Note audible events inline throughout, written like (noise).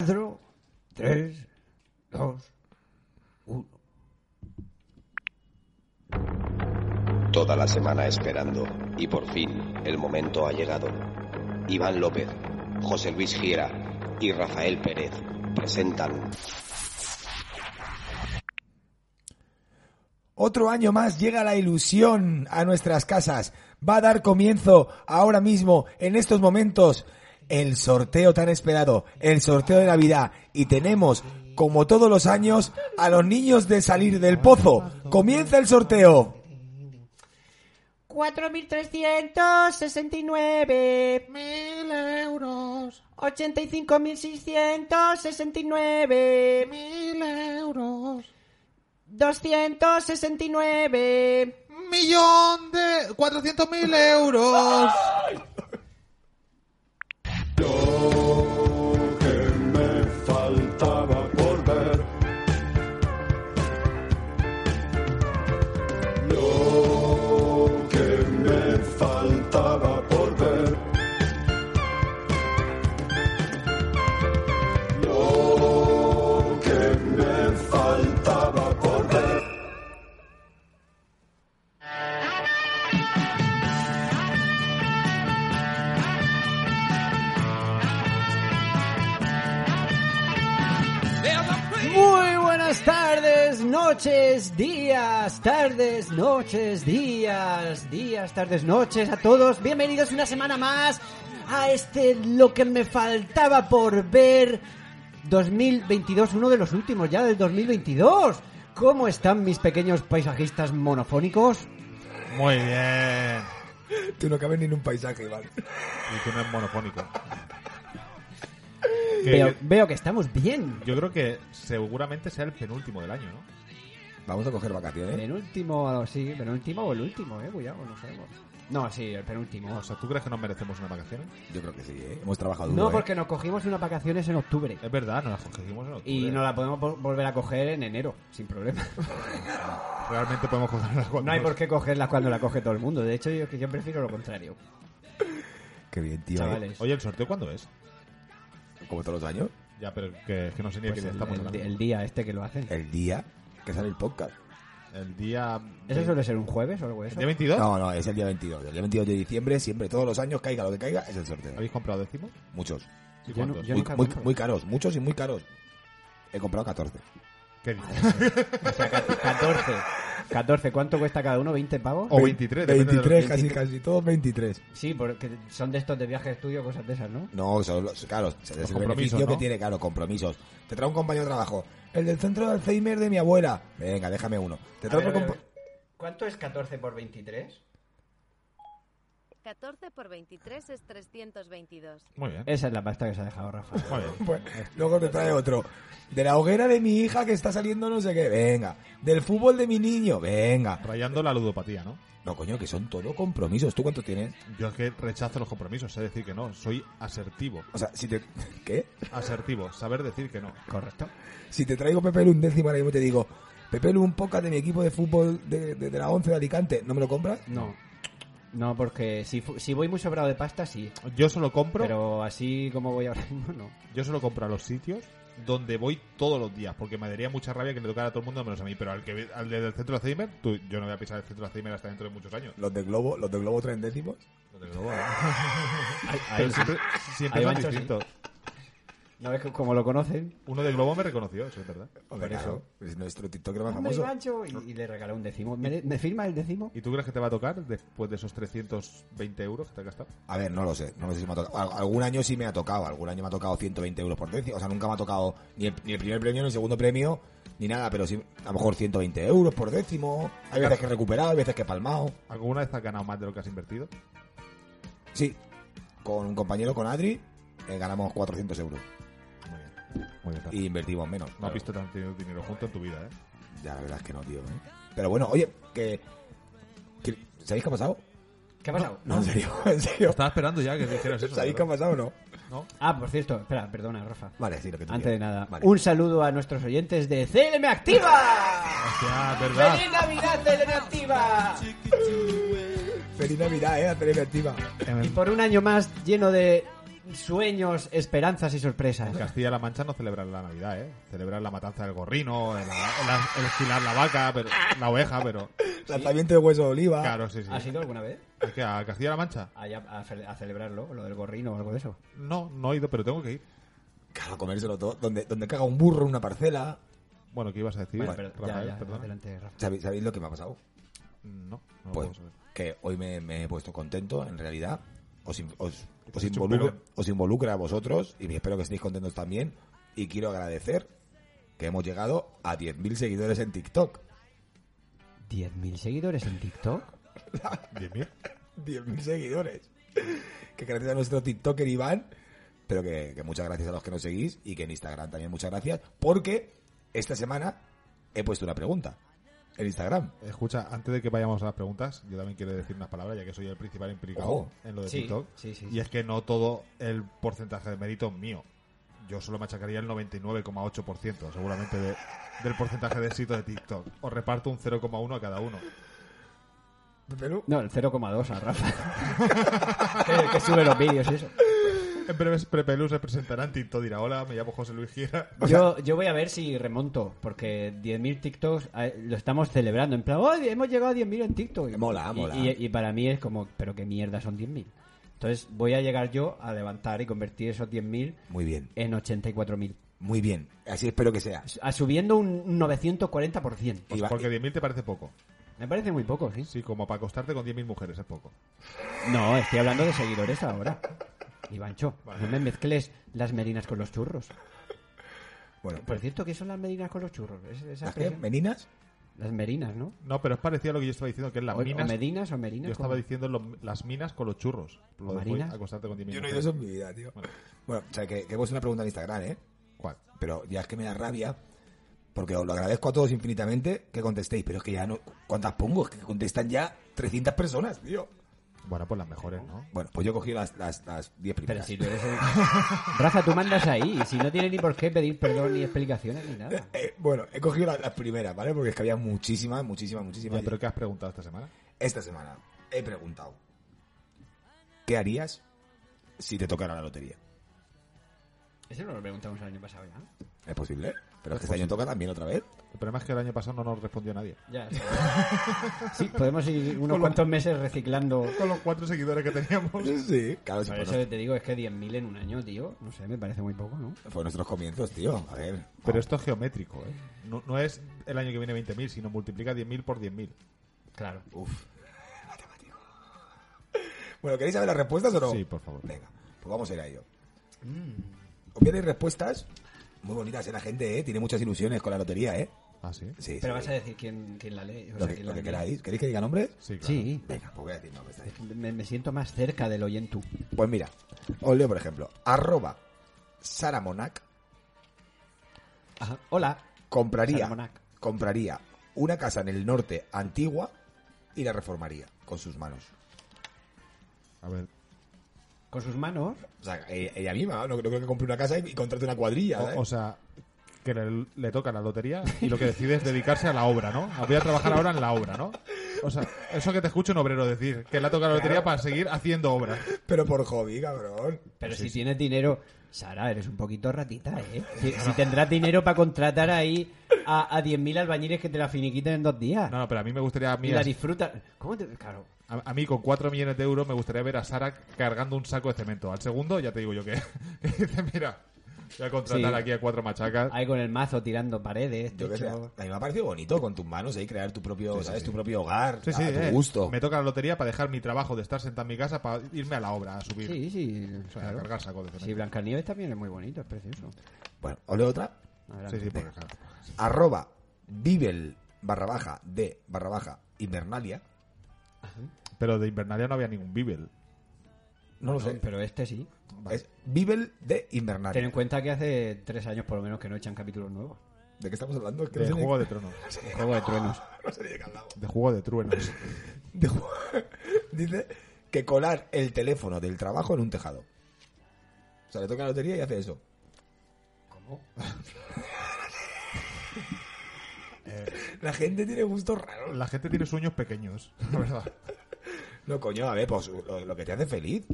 4, 3, 2, 1. Toda la semana esperando, y por fin el momento ha llegado. Iván López, José Luis Giera y Rafael Pérez presentan Otro año más llega la ilusión a nuestras casas. Va a dar comienzo ahora mismo, en estos momentos, el sorteo tan esperado, el sorteo de Navidad. Y tenemos, como todos los años, a los niños de salir del pozo. Comienza el sorteo. 4.369 mil euros. 85.669 mil euros. 269 millón de 400 mil euros. Lo que me faltaba por ver. Lo que me faltaba por ver. Lo que me faltaba por ver. Muy buenas tardes, noches, días, tardes, noches, días, días, tardes, noches a todos. Bienvenidos una semana más a este lo que me faltaba por ver 2022, uno de los últimos ya del 2022. ¿Cómo están mis pequeños paisajistas monofónicos? Muy bien. Tú no cabes ni en un paisaje, Iván. Y tú no es monofónico. Que- Veo, veo que estamos bien. Yo creo que seguramente sea el penúltimo del año, ¿no? Vamos a coger vacaciones. Penúltimo, sí, penúltimo o el último, eh, cuidado, no sabemos. No, sí, el penúltimo. O sea, ¿tú crees que nos merecemos una vacación? Yo creo que sí, ¿eh? Hemos trabajado duro. No, ¿eh? porque nos cogimos unas vacaciones en octubre. Es verdad, nos la cogimos en octubre. Y no la podemos vol- volver a coger en enero, sin problema. Realmente podemos cogerla cuando No hay por qué cogerlas cuando la coge todo el mundo. De hecho, yo, que yo prefiero lo contrario. Qué bien, tío. ¿eh? Chavales. Oye, ¿el sorteo cuándo es? Como todos los años, Ya, pero que, es que no sé ni a Pues qué día el, estamos el- hablando. el día este que lo hacen. el día que sale el podcast. El día... ¿Eso suele ser un jueves o algo de ¿El eso? día 22? No, no, es el día 22. El día 22 de diciembre, siempre, todos los años, caiga lo que caiga, es el sorteo. ¿Habéis comprado décimo? Muchos. ¿Y Yo no- cuántos? yo Muy, nunca muy- compro. muy caros, muchos y muy caros. He comprado 14. ¿Qué dices? (laughs) (laughs) O sea, ca- 14. 14. ¿Cuánto cuesta cada uno? ¿20 pavos? Oh. O 23. depende de lo- casi, casi, todos 23. Sí, porque son de estos de viajes tuyos, cosas de esas, ¿no? No, son los, claro, es el compromisos, beneficio que ¿no? tiene, claro, compromisos. Te trae un compañero de trabajo. El del centro de Alzheimer de mi abuela. Venga, déjame uno. Te A trae otro ver, a ver, a compa- ver. ¿Cuánto es 14 por 23? 14 por 23 es 322. Muy bien. Esa es la pasta que se ha dejado Rafa. Muy bien. Pues, (laughs) luego te trae otro. De la hoguera de mi hija que está saliendo no sé qué. Venga. Del fútbol de mi niño. Venga. Rayando la ludopatía, ¿no? No, coño, que son todo compromisos. ¿Tú cuántos tienes? Yo es que rechazo los compromisos, sé decir que no. Soy asertivo. O sea, si te... (laughs) ¿Qué? Asertivo, saber decir que no. Correcto. Si te traigo Pepe Lu un décimo ahora mismo te digo... Pepe Lu, un podcast de mi equipo de fútbol de, de- de la 11 de Alicante. ¿No me lo compras? No. No, porque si, fu- si voy muy sobrado de pasta, sí. Yo solo compro, Pero así como voy ahora mismo, no. yo solo compro a los sitios donde voy todos los días, porque me daría mucha rabia que le tocara a todo el mundo menos a mí. Pero al que ve- al del centro de Alzheimer, tú, yo no voy a pisar el centro de Alzheimer hasta dentro de muchos años. Los de Globo, los de Globo traen décimos. ¿eh? (laughs) Desde luego, ¿no? Ahí- ahí Pero sí. siempre, siempre Ahí son Bancho sí. distintos. ¿No ves que- cómo lo conocen? Uno de Globo me reconoció, eso es verdad. Hombre, Pues claro, es nuestro TikToker más Hombre, famoso. Gancho, y, y le regaló un décimo. ¿Me, me firma el décimo? ¿Y tú crees que te va a tocar después de esos 320 euros que te has gastado? A ver, no lo sé, no lo sé si me ha tocado. Al- Algún año sí me ha tocado, algún año me ha tocado 120 euros por décimo, o sea, nunca me ha tocado ni el, ni el primer premio, ni el segundo premio, ni nada, pero sí, a lo mejor 120 euros por décimo. Hay veces que he recuperado, hay veces que he palmado. ¿Alguna vez has ganado más de lo que has invertido? Sí, con un compañero, con Adri, eh, ganamos 400 euros Muy bien. Muy bien. y invertimos menos. No has visto tanto dinero junto en tu vida, ¿eh? Ya, la verdad es que no, tío. ¿eh? Pero bueno, oye, que, que- ¿Sabéis qué ha pasado? ¿Qué ha pasado? No, en serio, (laughs) en serio. Estaba esperando ya que dijeras eso. ¿Sabéis qué ha ¿verdad? pasado (laughs) o no? ¿No? Ah, por cierto, espera, perdona, Rafa. Vale, sí, lo que tú Antes de quieras. nada, Vale. un saludo a nuestros oyentes de CLM (laughs) Activa. Hostia, es verdad. ¡Feliz Navidad, CLM Activa! Feliz Navidad, eh, a Tele Activa. Y por un año más lleno de sueños, esperanzas y sorpresas. En Pues Castilla-La Mancha no celebran la Navidad, ¿eh? Celebran la matanza del gorrino, el, la- el esquilar la vaca, pero, la oveja, pero... Lanzamiento de hueso de oliva. Claro, sí, sí. ¿Has ido alguna vez ¿A qué? ¿A Castilla-La Mancha? allá a, ce- a celebrarlo, lo del gorrino o algo de eso? No, no he ido, pero tengo que ir. Claro, comérselo todo. Donde, donde caga un burro en una parcela. Bueno, ¿qué ibas a decir, Vale, pero- ya, Rafael? ya, Perdona. adelante, Rafa. ¿Sabéis, sabéis lo que me ha pasado? No, no lo Pues puedo saber. que hoy me, me he puesto contento, en realidad. Os, in- os, os, hecho un involucra, pelón. os involucra a vosotros y espero que estéis contentos también. Y quiero agradecer que hemos llegado a 10.000 seguidores en TikTok. 10.000 seguidores en TikTok. Diez mil. 10.000 seguidores. (laughs) Que gracias a nuestro TikToker Iván. Pero que, que muchas gracias a los que nos seguís y que en Instagram también muchas gracias. Porque esta semana he puesto una pregunta en Instagram. Escucha, antes de que vayamos a las preguntas, yo también quiero decir unas palabras, ya que soy el principal implicado Ojo. en lo de Sí, TikTok. sí, sí, sí. Y es que no todo el porcentaje de mérito es mío. Yo solo machacaría el 99,8% seguramente de- del porcentaje de éxito de TikTok. Os reparto un 0,1 a cada uno. Pero No, el 0,2 a Rafa. (laughs) que, que sube los vídeos y eso. En breves Prepelú se presentará en TikTok. Dirá, hola, me llamo José Luis Gira. Yo, yo voy a ver si remonto, porque 10.000 TikToks eh, lo estamos celebrando. En plan, "Oh, hemos llegado a 10.000 en TikTok. Y- Eh, Mola, y- mola. Y, y para mí es como, pero qué mierda son 10.000. Entonces voy a llegar yo a levantar y convertir esos 10.000 Muy bien, en 84.000. muy bien. Así espero que sea. eh, A- Ah, Subiendo un 940%. Pues Iba- porque 10.000 te parece poco. Me parece muy poco, sí. Sí, como para acostarte con 10.000 mujeres es poco. No, estoy hablando de seguidores ahora. Ivancho, no me mezcles las merinas con los churros. Bueno, Por cierto, ¿qué son las merinas con los churros? Es- ¿las esa pues, qué? expresión. ¿Meninas? Las merinas, ¿no? No, pero es parecido a lo que yo estaba diciendo, que es O, las o minas. medinas o merinas. yo estaba con- diciendo lo- las minas con los churros. Lo de ¿Marinas? fue acostarte con 10.000 Yo no he ido mujeres. eso en mi vida, tío. Bueno. Bueno, o sea, que, que vos una pregunta en Instagram, ¿eh? ¿Cuál? Pero ya es que me da rabia, porque os lo agradezco a todos infinitamente que contestéis, pero es que ya no... ¿Cuántas pongo? Es que contestan ya 300 personas, tío. Bueno, pues las mejores, ¿no? Bueno, pues yo cogí las, las, las 10 Pero primeras. si tú eres el... (laughs) Rafa, tú mandas ahí. Si no tiene ni por qué pedir perdón ni explicaciones ni nada. (laughs) Eh, bueno, he cogido las, las primeras, ¿vale? Porque es que había muchísimas, muchísimas, muchísimas. Ya, pero ¿qué has preguntado esta semana? Esta semana he preguntado, ¿qué harías si te tocara la lotería? Eso nos lo preguntamos el año pasado ya. ¿Es posible? Pero es que este año toca también otra vez. El problema es que el año pasado no nos respondió nadie. (laughs) Ya. Sí, podemos ir unos cuantos meses reciclando. Con los cuatro seguidores que teníamos. (laughs) Sí, claro, si Por fue, eso nuestro- te digo, es que 10.000 en un año, tío. No sé, me parece muy poco, ¿no? fue nuestros comienzos, tío. A ver. Pero esto es geométrico, ¿eh? No, no es el año que viene 20.000, sino multiplica 10.000 por 10.000. Claro. Bueno, ¿queréis saber las respuestas o no? Sí, por favor. Venga, pues vamos a ir a ello. Os voy a dar respuestas muy bonitas, ¿eh? La gente, ¿eh? Tiene muchas ilusiones con la lotería, ¿eh? ¿Ah, sí? Sí, Pero sí. vas a decir quién, quién la lee. o Lo sea, que, quién lo la que mira. queráis. ¿Queréis que diga nombres? Sí, claro. Sí. Venga, pues voy a decir nombres. ahí. Me, me siento más cerca del oyentú. Pues mira, os leo, por ejemplo, arroba Sara Monac Ajá. Hola. compraría, Sara Monac. compraría una casa en el norte antigua y la reformaría con sus manos. A ver. Con sus manos. O sea, e- ella misma, no, no creo que compre una casa y, y contrate una cuadrilla. ¿eh? O, o sea, que le, le toca la lotería y lo que decide es dedicarse a la obra, ¿no? Voy a trabajar ahora en la obra, ¿no? O sea, eso que te escucho un obrero decir, que le ha tocado la lotería para seguir haciendo obra. Pero por hobby, cabrón. Pero si tienes dinero, Sara, eres un poquito ratita, (laughs) ¿eh? Si, si tendrás dinero para contratar ahí a, a 10.000 albañiles que te la finiquiten en dos días. No, no, pero a mí me gustaría... A mí, y la disfrutas. ¿Cómo te.? Claro. a, a mí con 4 millones de (laughs) euros me gustaría ver a Sara cargando un saco de cemento. Al segundo ya te digo yo que... que dice, mira, Voy a contratar Sí. aquí a cuatro machacas. Ahí con el mazo tirando paredes. Yo qué sé, techo. a mí me ha parecido bonito con tus manos ahí crear tu propio, ¿sabes? Tu propio hogar, Sí, sí, a tu eh, gusto. Me toca la lotería para dejar mi trabajo de estar sentado en mi casa para irme a la obra a subir. Sí, sí. O sea, claro. a cargar saco de cemento. Sí, Blancanieves también es muy bonito, es precioso. Bueno, ¿os leo otra? Adelante. Sí, sí, porque claro. Arroba Vivel barra baja de barra baja Invernalia. Pero de Invernalia no había ningún Bibel. No lo No, sé, pero este sí. es Vivel de Invernalia. Ten en cuenta que hace tres años por lo menos que no echan capítulos nuevos. ¿De qué estamos hablando? Es que (laughs) no De sé ni- Juego de (laughs) Tronos. Juego de Truenos. (laughs) no sé ni de qué hablamos. De Juego de Truenos. De juego- (laughs) Dice que colar el teléfono del trabajo en un tejado. O sea, le toca la lotería y hace eso. ¿Cómo? (laughs) La gente tiene gustos raros. La gente tiene sueños pequeños, (laughs) la verdad. No, coño, a ver, pues lo, lo que te hace feliz.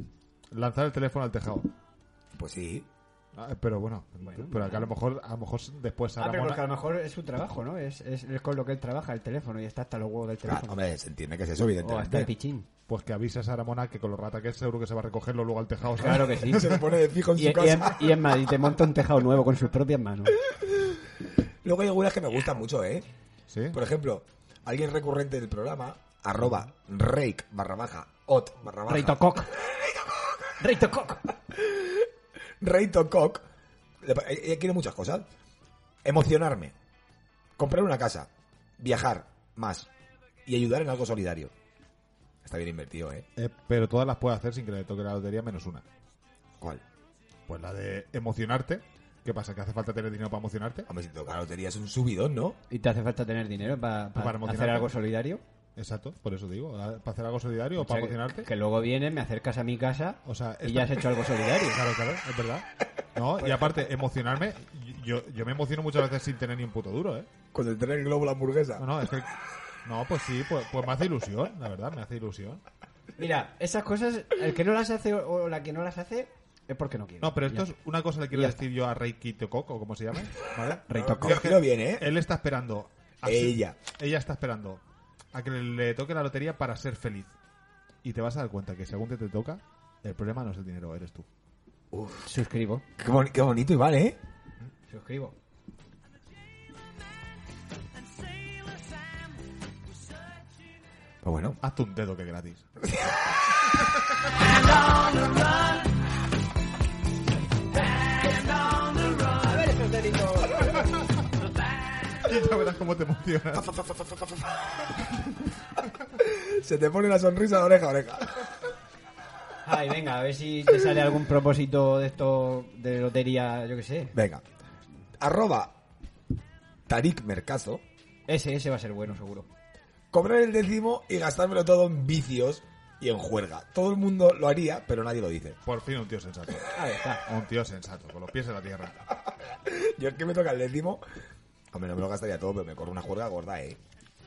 Lanzar el teléfono al tejado. Pues sí. Ah, pero bueno, pero acá a lo mejor, a lo mejor después Sara Ah, pero Mona- porque a lo mejor es su trabajo, ¿no? Es, es, es con lo que él trabaja, el teléfono, y está hasta los huevos del Claro, Ah, teléfono. Oh, hombre, se entiende que es eso, o hasta el evidentemente. pichín. pues que avise a Sara Mona que con los rata que es seguro que se va a recogerlo luego al tejado. ¿sabes? Claro que (laughs) sí. (laughs) se lo pone de fijo en Y, su y, en- casa. y en Madrid te monta un tejado nuevo con sus propias manos. Luego hay algunas que me gustan mucho, ¿eh? ¿Sí? Por ejemplo, alguien recurrente del programa, arroba rake barra baja, ot barra baja, Reito Cock. Reito Cock. Reito Cock le pa- eh, eh, quiere muchas cosas. Emocionarme. Comprar una casa. Viajar más. Y ayudar en algo solidario. Está bien invertido, ¿eh? Eh, pero todas las puede hacer sin que le toque la lotería menos una. ¿Cuál? Pues la de emocionarte. ¿Qué pasa? ¿Que hace falta tener dinero para emocionarte? Hombre, si te toca la lotería es un subidón, ¿no? ¿Y te hace falta tener dinero pa- Para para emocionarte. hacer algo solidario? Exacto, por eso digo. ¿Para hacer algo solidario o O sea, para que- emocionarte? Que luego vienes, me acercas a mi casa O sea, y esta- ya has hecho algo solidario. Claro, claro, es verdad. No, y aparte, emocionarme, yo, yo me emociono muchas veces sin tener ni un puto duro, ¿eh? Cuando entré en el globo la hamburguesa. No, no, es que... No, pues sí, pues, pues me hace ilusión, la verdad, me hace ilusión. Mira, esas cosas, el que no las hace o o la que no las hace es porque no quiere. No, pero esto Ya. es una cosa le quiero Ya decir yo a Reiki Tokoko, o como se llama, ¿vale? Reito Cock. Yo es que Cógelo bien, ¿eh? Él está esperando. Ella. Ella está esperando a que le toque la lotería para ser feliz. Y te vas a dar cuenta que según te, te toca, el problema no es el dinero, eres tú. Suscribo. Qué, boni- qué bonito, Iván, ¿eh? Suscribo. Pero Pues bueno. Hazte un dedo (laughs) que gratis. Y ya verás cómo te emocionas. Se te pone la sonrisa de oreja a oreja. Ay, venga, a ver si te sale algún propósito de esto de lotería, yo qué sé. Venga. Arroba Tarik Mercazo. Ese, ese va a ser bueno, seguro. Cobrar el décimo y gastármelo todo en vicios y en juerga. Todo el mundo lo haría, pero nadie lo dice. Por fin un tío sensato. Ahí está. Un tío sensato, con los pies en la tierra. Yo es que me toca el décimo. Hombre, no me lo gastaría todo, pero me corro una juerga gorda, eh.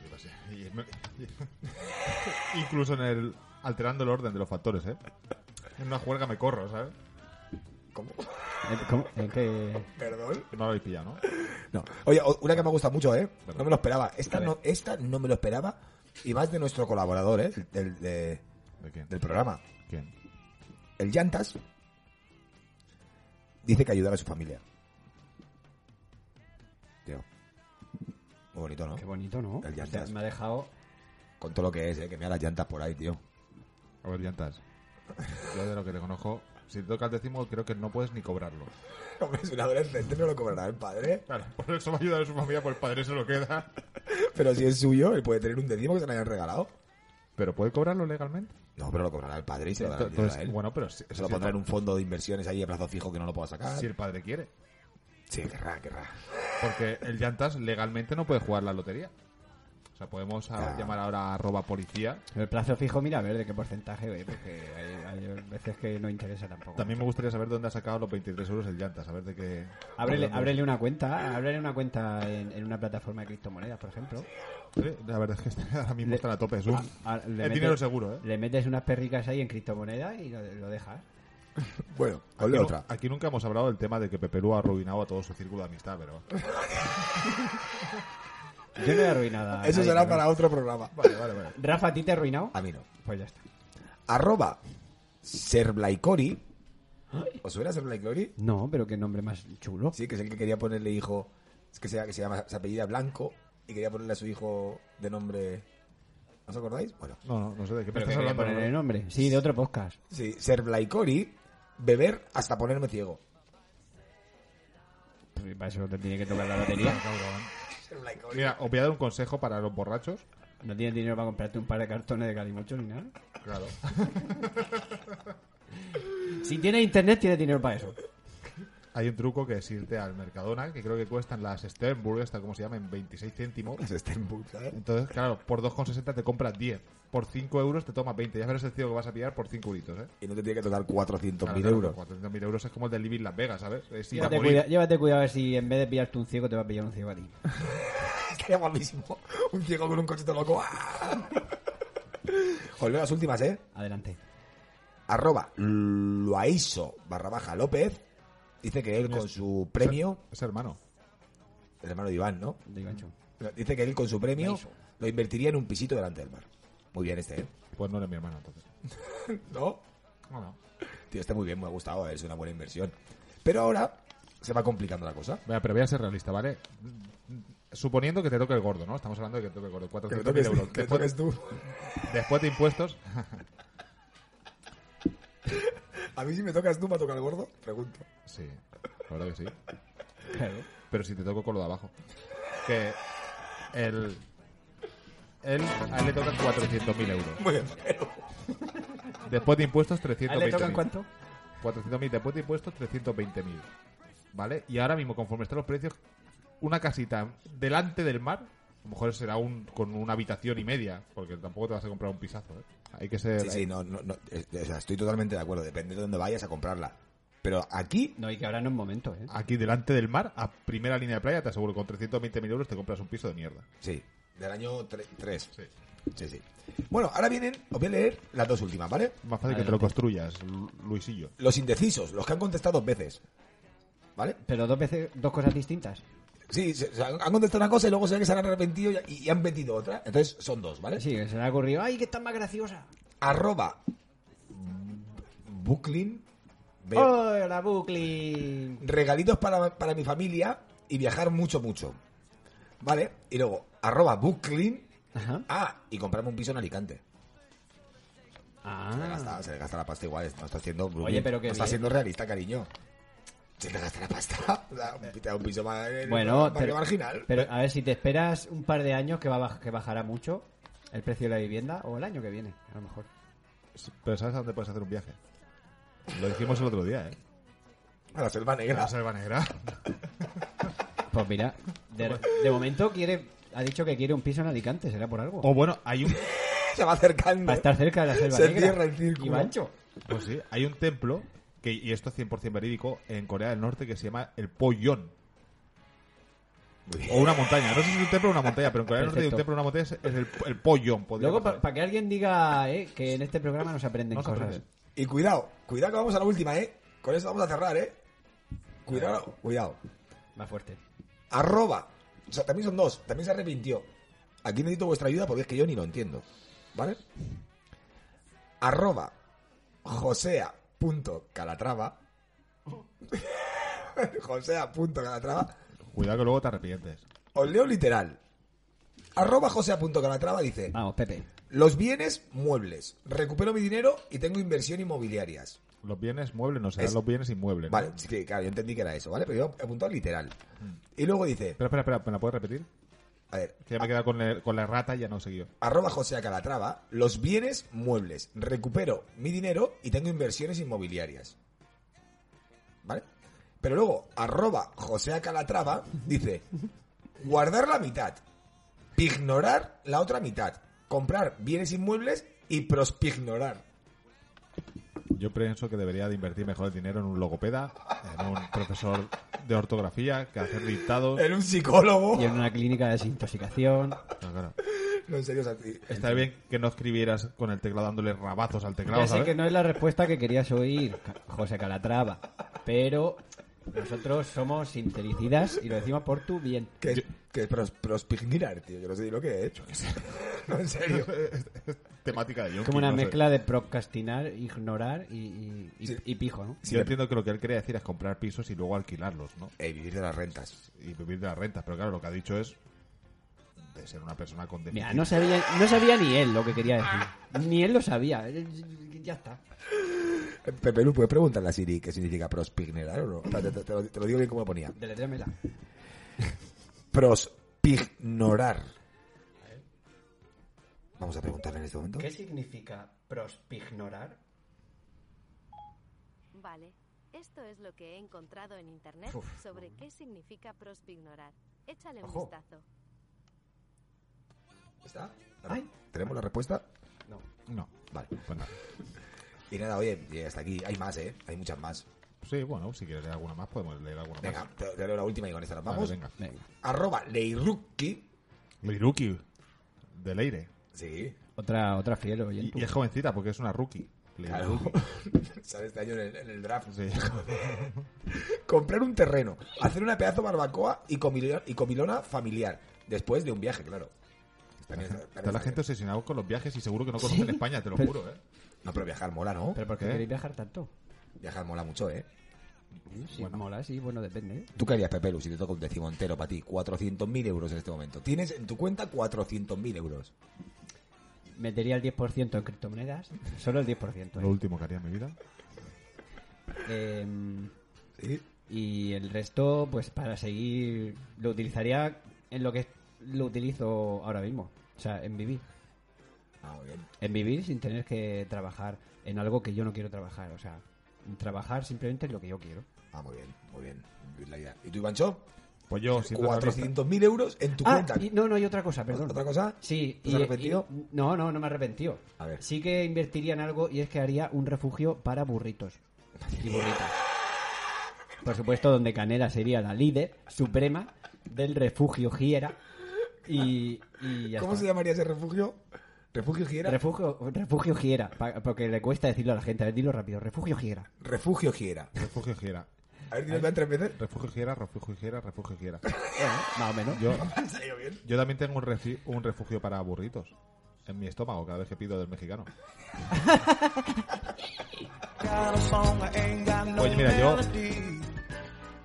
Yo qué sé. Y me- y- Incluso en el. alterando el orden de los factores, ¿eh? En una juerga me corro, ¿sabes? ¿Cómo? Eh, ¿Cómo? Eh, que- ¿Perdón? No lo habéis pillado, ¿no? No. Oye, o- una que me gusta mucho, eh. No me lo esperaba. Esta no, esta no me lo esperaba. Y más de nuestro colaborador, eh. Del, de- ¿De quién? del programa. ¿Quién? El Llantas. Dice que ayudar a su familia. Tío. Muy bonito, ¿no? Qué bonito, ¿no? El O sea, llantas. me ha dejado... Con todo lo que es, eh. Que mira las llantas por ahí, tío. A ver, llantas. Yo de lo que te conozco, si te toca el décimo, creo que no puedes ni cobrarlo. Hombre, es un adolescente, pero lo cobrará el padre. Claro, por eso va a ayudar a su familia, por el padre se lo queda. Pero si es suyo, él puede tener un décimo que se le hayan regalado. ¿Pero puede cobrarlo legalmente? No, pero lo cobrará el padre y se lo dará el dinero Entonces, a él. bueno, pero si, se lo pondrá en un fondo de inversiones ahí a plazo fijo que no lo pueda sacar. si el padre quiere. Sí, querrá, querrá. Porque el llantas legalmente no puede jugar la lotería. O sea, podemos a- Ah. llamar ahora a arroba policía. El plazo fijo, mira a ver de qué porcentaje, ve, porque hay, hay veces que no interesa tampoco. También me gustaría saber dónde ha sacado los 23 euros el llantas, a ver de qué... Ábrele, ábrele una cuenta, ábrele una cuenta en, en una plataforma de criptomonedas, por ejemplo. Sí, La verdad es que (laughs) este ahora mismo Le- están a tope. Es, un- Ah, le es metes- dinero seguro, ¿eh? Le metes unas perricas ahí en criptomonedas y lo, lo dejas. Bueno, Aquí, hazle nu- otra. aquí nunca hemos hablado del tema de que Pepe Lu ha arruinado a todo su círculo de amistad, pero... Yo no he arruinado nada. Eso será para Ah. otro programa. Vale, vale, vale. Rafa, ¿a ti te he arruinado? A mí no. Pues ya está. Arroba Serblaicori ¿Os suena Sunlight Glory? No, pero qué nombre más chulo. Sí, que es el que quería ponerle hijo. Es que se, que se llama, se apellida Blanco y quería ponerle a su hijo de nombre. ¿Os acordáis? Bueno, No, no, no sé de qué me Pero estás que quería hablando. Poner el nombre. Sí, de otro podcast. sí, ser Blaicori, beber hasta ponerme ciego. Pues para eso te tiene que tocar la lotería. Ser Blaicori. Mira, os voy a dar un consejo para los borrachos. No tienes dinero para comprarte un par de cartones de calimocho ni nada. Claro. (laughs) Si tienes internet, tienes dinero para eso. Hay un truco que es irte al Mercadona, que creo que cuestan las Sternburg, esta como se llama, en 26 céntimos. Se está en puta, ¿eh? Entonces, claro, por 2,60 te compras 10. Por 5 euros te tomas 20. Ya verás el tío que vas a pillar por 5 euritos, ¿eh? Y no te tiene que tocar 400.000 Claro, claro, euros. por 400.000 euros es como el de Living Las Vegas, ¿sabes? Es ir a Llévate, morir. cuida- llévate cuidado a ver si en vez de pillarte un ciego te va a pillar un ciego a ti. Estaría guapísimo. Un ciego con un coche todo loco. ¡Ah! Os leo las últimas, ¿eh? Adelante. Arroba Loaiso barra baja López. Dice que él con su premio, Es hermano. el hermano de Iván, ¿no? De gancho. Dice que él con su premio lo invertiría en un pisito delante del mar. Muy bien este, ¿eh? Pues no eres mi hermano, entonces. ¿No? No, no. Tío, está muy bien, me ha gustado, ¿eh? es una buena inversión. Pero ahora se va complicando la cosa. Vea, pero voy a ser realista, ¿vale? Suponiendo que te toque el gordo, ¿no? Estamos hablando de que te toque el gordo. 400.000 euros. Después, tú. después de impuestos, (laughs) A mí si me tocas tú, ¿me toca el gordo? Pregunto. sí. La verdad que sí. Claro. Pero si te toco con lo de abajo. Que el... Él, a él le tocan 400.000 euros. Muy bien, pero... Después de impuestos, 320.000. ¿A él le tocan cuánto? 400.000, después de impuestos 320.000. ¿Vale? Y ahora mismo, conforme están los precios, una casita delante del mar, a lo mejor será un, con una habitación y media, porque tampoco te vas a comprar un pisazo, ¿eh? Hay que ser... Sí, sí, no, no, no, eh, o sea, estoy totalmente de acuerdo, depende de dónde vayas a comprarla. Pero aquí, No, y que ahora no es momento, ¿eh? Aquí delante del mar, a primera línea de playa, te aseguro, con 320.000 euros te compras un piso de mierda. sí, del año 3. Sí. sí, Bueno, ahora vienen, os voy a leer las dos últimas, ¿vale? Más fácil que te lo construyas, Lu- Luisillo. Los indecisos, los que han contestado dos veces. ¿Vale? Pero dos veces, dos cosas distintas. Sí, se- se han han contestado una cosa y luego se ve que se han arrepentido y, y han metido otra. Entonces son dos, ¿vale? Sí, que se le ha ocurrido. ¡Ay, que tan más graciosa! Arroba Brooklyn. B- ¡Hola, Buckley! Regalitos para, para mi familia y viajar mucho, mucho. ¿Vale? Y luego, arroba Brooklyn. Ajá. Ah, y comprarme un piso en Alicante. Se le Ah, gasta, se le gasta la pasta igual. No está siendo Brooklyn. Oye, pero qué No está bien. siendo realista, cariño. Se le gasta la pasta. (laughs) O sea, un, pita- un piso más en bueno, un barrio marginal. pero a ver si te esperas un par de años que, va a baj- que bajará mucho el precio de la vivienda o el año que viene, a lo mejor. Pero ¿sabes a dónde puedes hacer un viaje? Lo dijimos el otro día, ¿eh? A la selva negra. La Selva Negra. Pues mira, de, de momento quiere, ha dicho que quiere un piso en Alicante, será por algo. O bueno, hay un... (laughs) Se va acercando. Para estar cerca de la selva Se negra. cierra el círculo. Y Bancho. Pues sí, hay un templo, que, y esto es 100% verídico, en Corea del Norte que se llama el Poyon. O una montaña. No sé si es un templo o una montaña, pero en Corea del Norte hay un Perfecto. templo o una montaña, es es el, el Poyon. podría Luego, para pasar. que alguien diga eh, que en este programa nos aprenden No se cosas. aprende. Y cuidado, cuidado que vamos a la última, ¿eh? Con eso vamos a cerrar, ¿eh? Cuidado, cuidado. Más fuerte. Arroba. O sea, también son dos. También se arrepintió. Aquí necesito vuestra ayuda porque es que yo ni lo entiendo. ¿Vale? Arroba. Josea.calatrava. (laughs) Josea.calatrava. Cuidado que luego te arrepientes. Os leo literal. Arroba Josea.calatrava dice. Vamos, Pepe. Los bienes, muebles. Recupero mi dinero y tengo inversión inmobiliarias. Los bienes muebles no serán Es- los bienes inmuebles. ¿no? Vale, sí que, claro, yo entendí que era eso, ¿vale? Pero yo he apuntado literal. Y luego dice, Espera, espera, espera, ¿me la puedes repetir? a ver, Que ya me he quedado con, el- con la rata y ya no he seguido. arroba José Acalatrava, los bienes muebles, recupero mi dinero y tengo inversiones inmobiliarias. ¿Vale? Pero luego, arroba José Acalatrava dice, guardar la mitad, pignorar la otra mitad, comprar bienes inmuebles y prospignorar. Yo pienso que debería de invertir mejor el dinero en un logopeda, en un profesor de ortografía, que hacer Eh, dictados. En un psicólogo. Y en una clínica de desintoxicación. No, claro. No, en serio, o sea, sí. Estaría bien que no escribieras con el teclado dándole rabazos al teclado, ya sé ¿sabes? que no es la respuesta que querías oír, Ca- José Calatrava. Pero Nosotros somos sincericidas y lo decimos por tu bien. Que es, que es pros- prospignirar, tío. Yo no sé ni lo que he hecho. (laughs) no, en serio. Temática de John Como King, una no sé. mezcla de procrastinar, ignorar y, y- y- Sí. y pijo, ¿no? Sí, Yo entiendo que lo que él quería decir es comprar pisos y luego alquilarlos, ¿no? Eh, vivir de las rentas. Y vivir de las rentas. Pero claro, lo que ha dicho es de ser una persona con Mira, déficit. no sabía, no sabía ni él lo que quería decir. Ni él lo sabía. Eh, Ya está. Eh, Pepe Lu, ¿puedes preguntarle a Siri qué significa prospignerar o no? Espérate, te, te lo, te lo digo bien como ponía. Deletréamela. Prospignorar. Vamos a preguntarle en este momento. ¿Qué significa prospignorar? Vale, esto es lo que he encontrado en internet sobre qué significa prospignorar. Échale un Ojo. vistazo. ¿Está? Ay. ¿Tenemos la respuesta? No. No. Vale. Pues nada. Y nada, oye, y hasta aquí. Hay más, ¿eh? Hay muchas más. Sí, bueno, si quieres leer alguna más, podemos leer alguna Venga, más. te, te leo la última y con esta nos Vale, vamos. venga. Arroba Leiruki. Liruki, de Leire. Sí, Otra, otra fiel Y, oyente. y es jovencita porque es una rookie. Leire claro. (laughs) Rookie. Sale este año en el, en el draft. (laughs) Sí. Comprar un terreno, hacer una pedazo barbacoa y, comilona, y comilona familiar. Después de un viaje, claro. También- también Está la bien. gente obsesionada con los viajes y seguro que no conocen Sí, España, te lo pero- juro, ¿eh? No, pero viajar mola, ¿no? ¿Pero por qué ¿Eh? queréis viajar tanto? Viajar mola mucho, ¿eh? Sí, mola, sí, bueno, depende. ¿eh? ¿Tú qué harías, Pepelu, si te toca un décimo entero para ti? 400.000 euros en este momento. Tienes en tu cuenta 400.000 euros. Metería el 10% en criptomonedas. Solo el 10%. Lo ¿eh? último que haría en mi vida. Em, ¿Sí? y el resto, pues para seguir, lo utilizaría en lo que lo utilizo ahora mismo. O sea, en vivir. Ah, muy bien. En vivir sin tener que trabajar en algo que yo no quiero trabajar. O sea, trabajar simplemente en lo que yo quiero. Ah, muy bien, muy bien. Vivir la vida. ¿Y tú, Ivancho? Pues yo, siendo realista- 400.000 euros en tu Ah, cuenta. y- no, no, y otra cosa, perdón. ¿Otra cosa? Sí, ¿Te has arrepentido? y- no, no, no me he arrepentido. A ver. Sí que invertiría en algo y es que haría un refugio para burritos y burritas. Por supuesto, donde Canela sería la líder suprema del refugio Giera. Y, y ya ¿Cómo está. se llamaría ese refugio? ¿Refugio Giera? Refugio, refugio Giera, pa- porque le cuesta decirlo a la gente. A ver, dilo rápido. Refugio Giera. refugio Giera. Refugio Giera. A ver, dime tres veces. Refugio Giera, refugio Giera, refugio Giera. Eh, más o menos. (laughs) Yo, ¿Ha salido bien? yo también tengo un, refi- un refugio para burritos. En mi estómago, cada vez que pido del mexicano. Oye, mira, yo.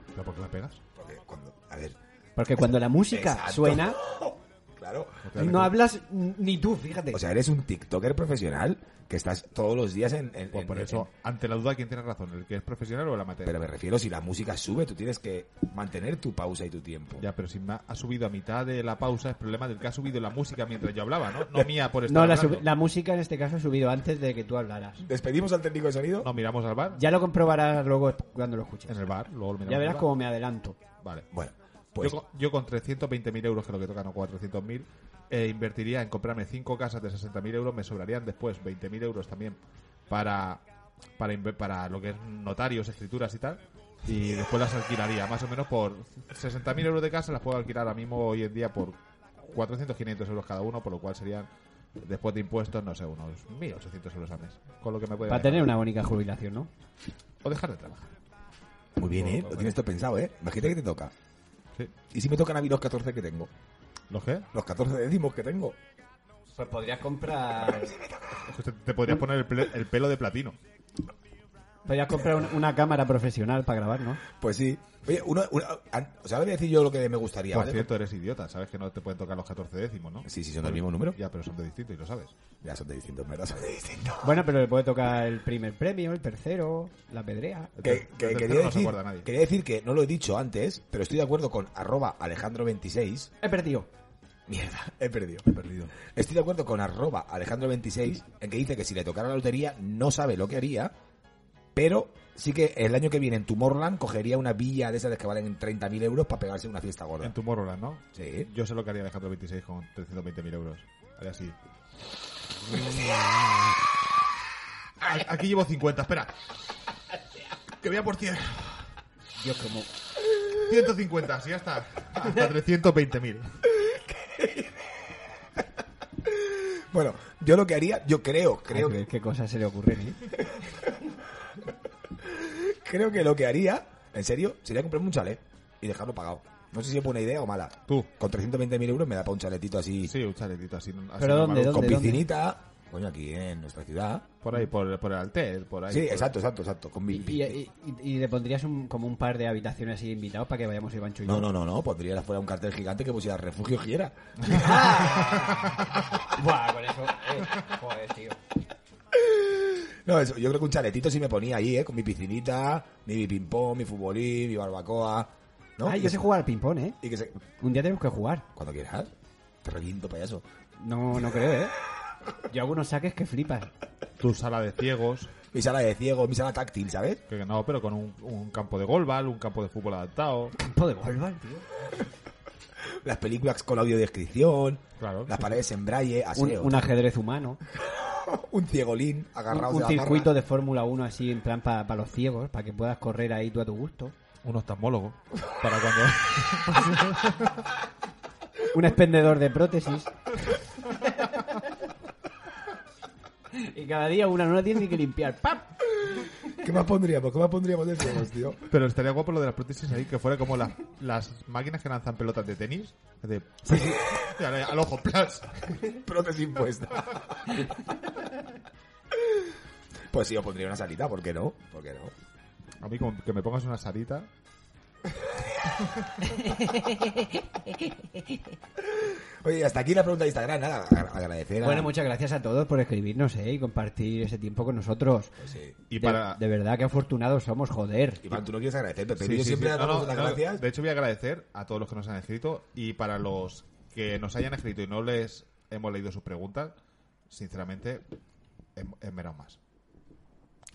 ¿Pero por qué me pegas? Porque cuando... A ver, Porque cuando la música Exacto. suena, (laughs) claro. no hablas ni tú, fíjate. O sea, eres un TikToker profesional que estás todos los días en... en- Pues en- por en- eso, en- ante la duda, ¿quién tiene razón? ¿El que es profesional o el amateur? pero me refiero, si la música sube, tú tienes que mantener tu pausa y tu tiempo. Ya, pero si me ha- ha subido a mitad de la pausa, es problema del que ha subido la música mientras yo hablaba, ¿no? No mía por estar no, la, hablando. sub- la música en este caso ha subido antes de que tú hablaras. ¿Despedimos al técnico de sonido? No, miramos al bar. Ya lo comprobarás luego cuando lo escuches. En el bar, luego lo miramos Ya verás al bar. cómo me adelanto. Vale. Bueno, pues... yo, con- yo con 320.000 euros, que lo que tocan o 400.000, eh, invertiría en comprarme cinco casas de 60.000 euros. Me sobrarían después 20.000 euros también para, para, inve- para lo que es notarios, escrituras y tal. Y después las alquilaría, más o menos por 60.000 euros de casa las puedo alquilar ahora mismo hoy en día por 400, 500 euros cada uno, por lo cual serían, después de impuestos, no sé, unos 1.800 euros al mes. Con lo que me puede Para dejar. tener una bonita jubilación, ¿no? O dejar de trabajar. Muy bien, ¿eh? Lo tienes todo pensado, ¿eh? Imagínate que te toca. Sí. ¿Y si me tocan a mí los 14 que tengo? ¿Los qué? Los 14 décimos que tengo. Pues podrías comprar. Te, te podrías poner el, ple- el pelo de platino. podrías comprar un- una cámara profesional para grabar, ¿no? Pues sí. Oye, uno, uno- an- os voy a decir yo lo que me gustaría, Por ¿vale? cierto, eres idiota, sabes que no te pueden tocar los 14 décimos, pues- ¿no? Sí, sí, son del mismo número. Ya, pero son de distinto y lo sabes. Ya son de distintos, ¿verdad? Son de distintos. Bueno, pero le puede tocar el primer premio, el tercero, la pedrea. El Que, ter- que el tercero quería, no se decir, acuerda nadie. quería decir que no lo he dicho antes, pero estoy de acuerdo con arroba alejandro26. He perdido. Mierda, he perdido. He perdido. Estoy de acuerdo con arroba alejandro26 en que dice que si le tocara la lotería no sabe lo que haría, pero sí que el año que viene en Tomorrowland cogería una villa de esas que valen 30.000 euros para pegarse una fiesta gorda. En tu Morroland, ¿no? Sí. Yo sé lo que haría Alejandro 26 con 320.000 euros. Haría así. A- Aquí llevo 50, espera. Que voy a por 100. Dios, como. 150, sí, hasta, hasta 320.000. Bueno, yo lo que haría, yo creo, creo Ay, que qué- Qué cosas se le ocurren, ¿eh? creo que lo que haría en serio, sería comprarme un chalet y dejarlo pagado. No sé si es buena idea o mala. Tú. Con 320.000 euros me da para un chaletito así, Sí, un chaletito así. así Pero ¿dónde, normal. con dónde? piscinita. Coño, aquí en nuestra ciudad. Por ahí, por, por el alter, por ahí. Sí, por- exacto, exacto, exacto. Con mi- Y, y- y- y le pondrías un- como un par de habitaciones así invitados para que vayamos Ivancho y yo. No, no, no, no. Pondría fuera un cartel gigante que pusiera refugio Giera. (laughs) Buah, con eso. eh, joder, tío. (laughs) No, eso, yo creo que un chaletito sí me ponía ahí, ¿eh? Con mi piscinita, mi ping-pong, mi futbolín, mi barbacoa. ¿No? Ay, yo sé jugar al ping-pong, ¿eh? Y que se... Un día tenemos que jugar. Cuando quieras. Te reviento, payaso. No, no creo, ¿eh? Yo hago unos saques que flipas. Tu sala de ciegos. Mi sala de ciego, mi sala táctil, ¿sabes? Que no, pero con un, un campo de golbal, un campo de fútbol adaptado. Campo de golbal, tío. Las películas con audiodescripción. Claro. Las paredes en braille, Un, aseo. un ajedrez humano. un ciegolín agarrado Un, un de la circuito barra. de Fórmula 1 así en plan para los ciegos, para que puedas correr ahí tú a tu gusto. Un oftalmólogo. Para cuando. (laughs) Un expendedor de prótesis. (laughs) Y cada día una no la tienes ni que limpiar. ¡Pam! ¿Qué más pondríamos? ¿Qué más pondríamos de ciegos, tío? Pero estaría guapo lo de las prótesis ahí, que fuera como las, las máquinas que lanzan pelotas de tenis. De, Y ahora al ojo, plas. Prótesis (laughs) puesta. pues sí, os pondría una salita, ¿por qué no? ¿Por qué no? A mí, como que me pongas una salita. Oye, y hasta aquí la pregunta de Instagram, nada, agra- agradecer a... Bueno, muchas gracias a todos por escribirnos ¿eh? y compartir ese tiempo con nosotros. Sí. Y De- para. de, verdad que afortunados somos, joder. Iván, tú no quieres agradecer, pero Sí, yo sí, siempre sí. le No, damos no, las no, gracias. De hecho, voy a agradecer a todos los que nos han escrito y para los que nos hayan escrito y no les hemos leído sus preguntas, sinceramente, hem- he merado más.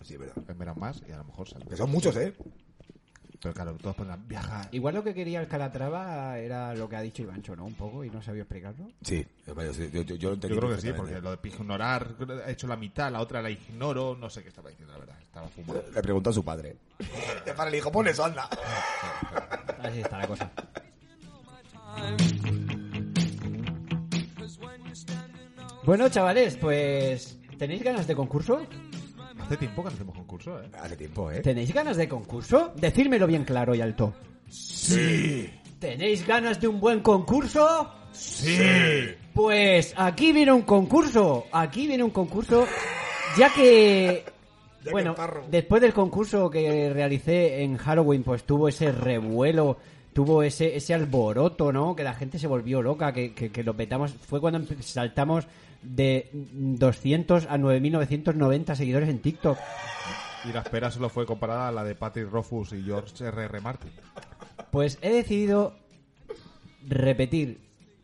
Sí, pero... He merado más y a lo mejor sale. Que son muchos, ¿eh? Pero claro, todos ponen viaja. Igual lo que quería el Calatrava era lo que ha dicho Ivancho, ¿no? Un poco, y no sabía explicarlo. Sí, yo, yo- yo- yo lo entendí Yo creo que sí, porque perfectamente. lo de ignorar, he hecho la mitad, la otra la ignoro, no sé qué estaba diciendo, la verdad. Estaba fumando. Le preguntó a su (laughs) padre. Te para el hijo, pon eso, anda. Así está la cosa. Bueno, chavales, pues... ¿Tenéis ganas de concurso? Hace tiempo que no hacemos concurso, ¿eh? (laughs) Hace tiempo, ¿eh? ¿Tenéis ganas de concurso? Decírmelo bien claro y alto. ¡Sí! ¿Tenéis ganas de un buen concurso? ¡Sí! Pues aquí viene un concurso. Aquí viene un concurso. Ya que. Ya que bueno, parro. después del concurso que realicé en Halloween, pues tuvo ese revuelo, tuvo ese, ese alboroto, ¿no? Que la gente se volvió loca, que, que, que lo petamos. Fue cuando empe- saltamos de 200 a 9.990 seguidores en TikTok. Y la espera solo fue comparada a la de Patrick Rothfuss y George R.R. Martin. Pues he decidido repetir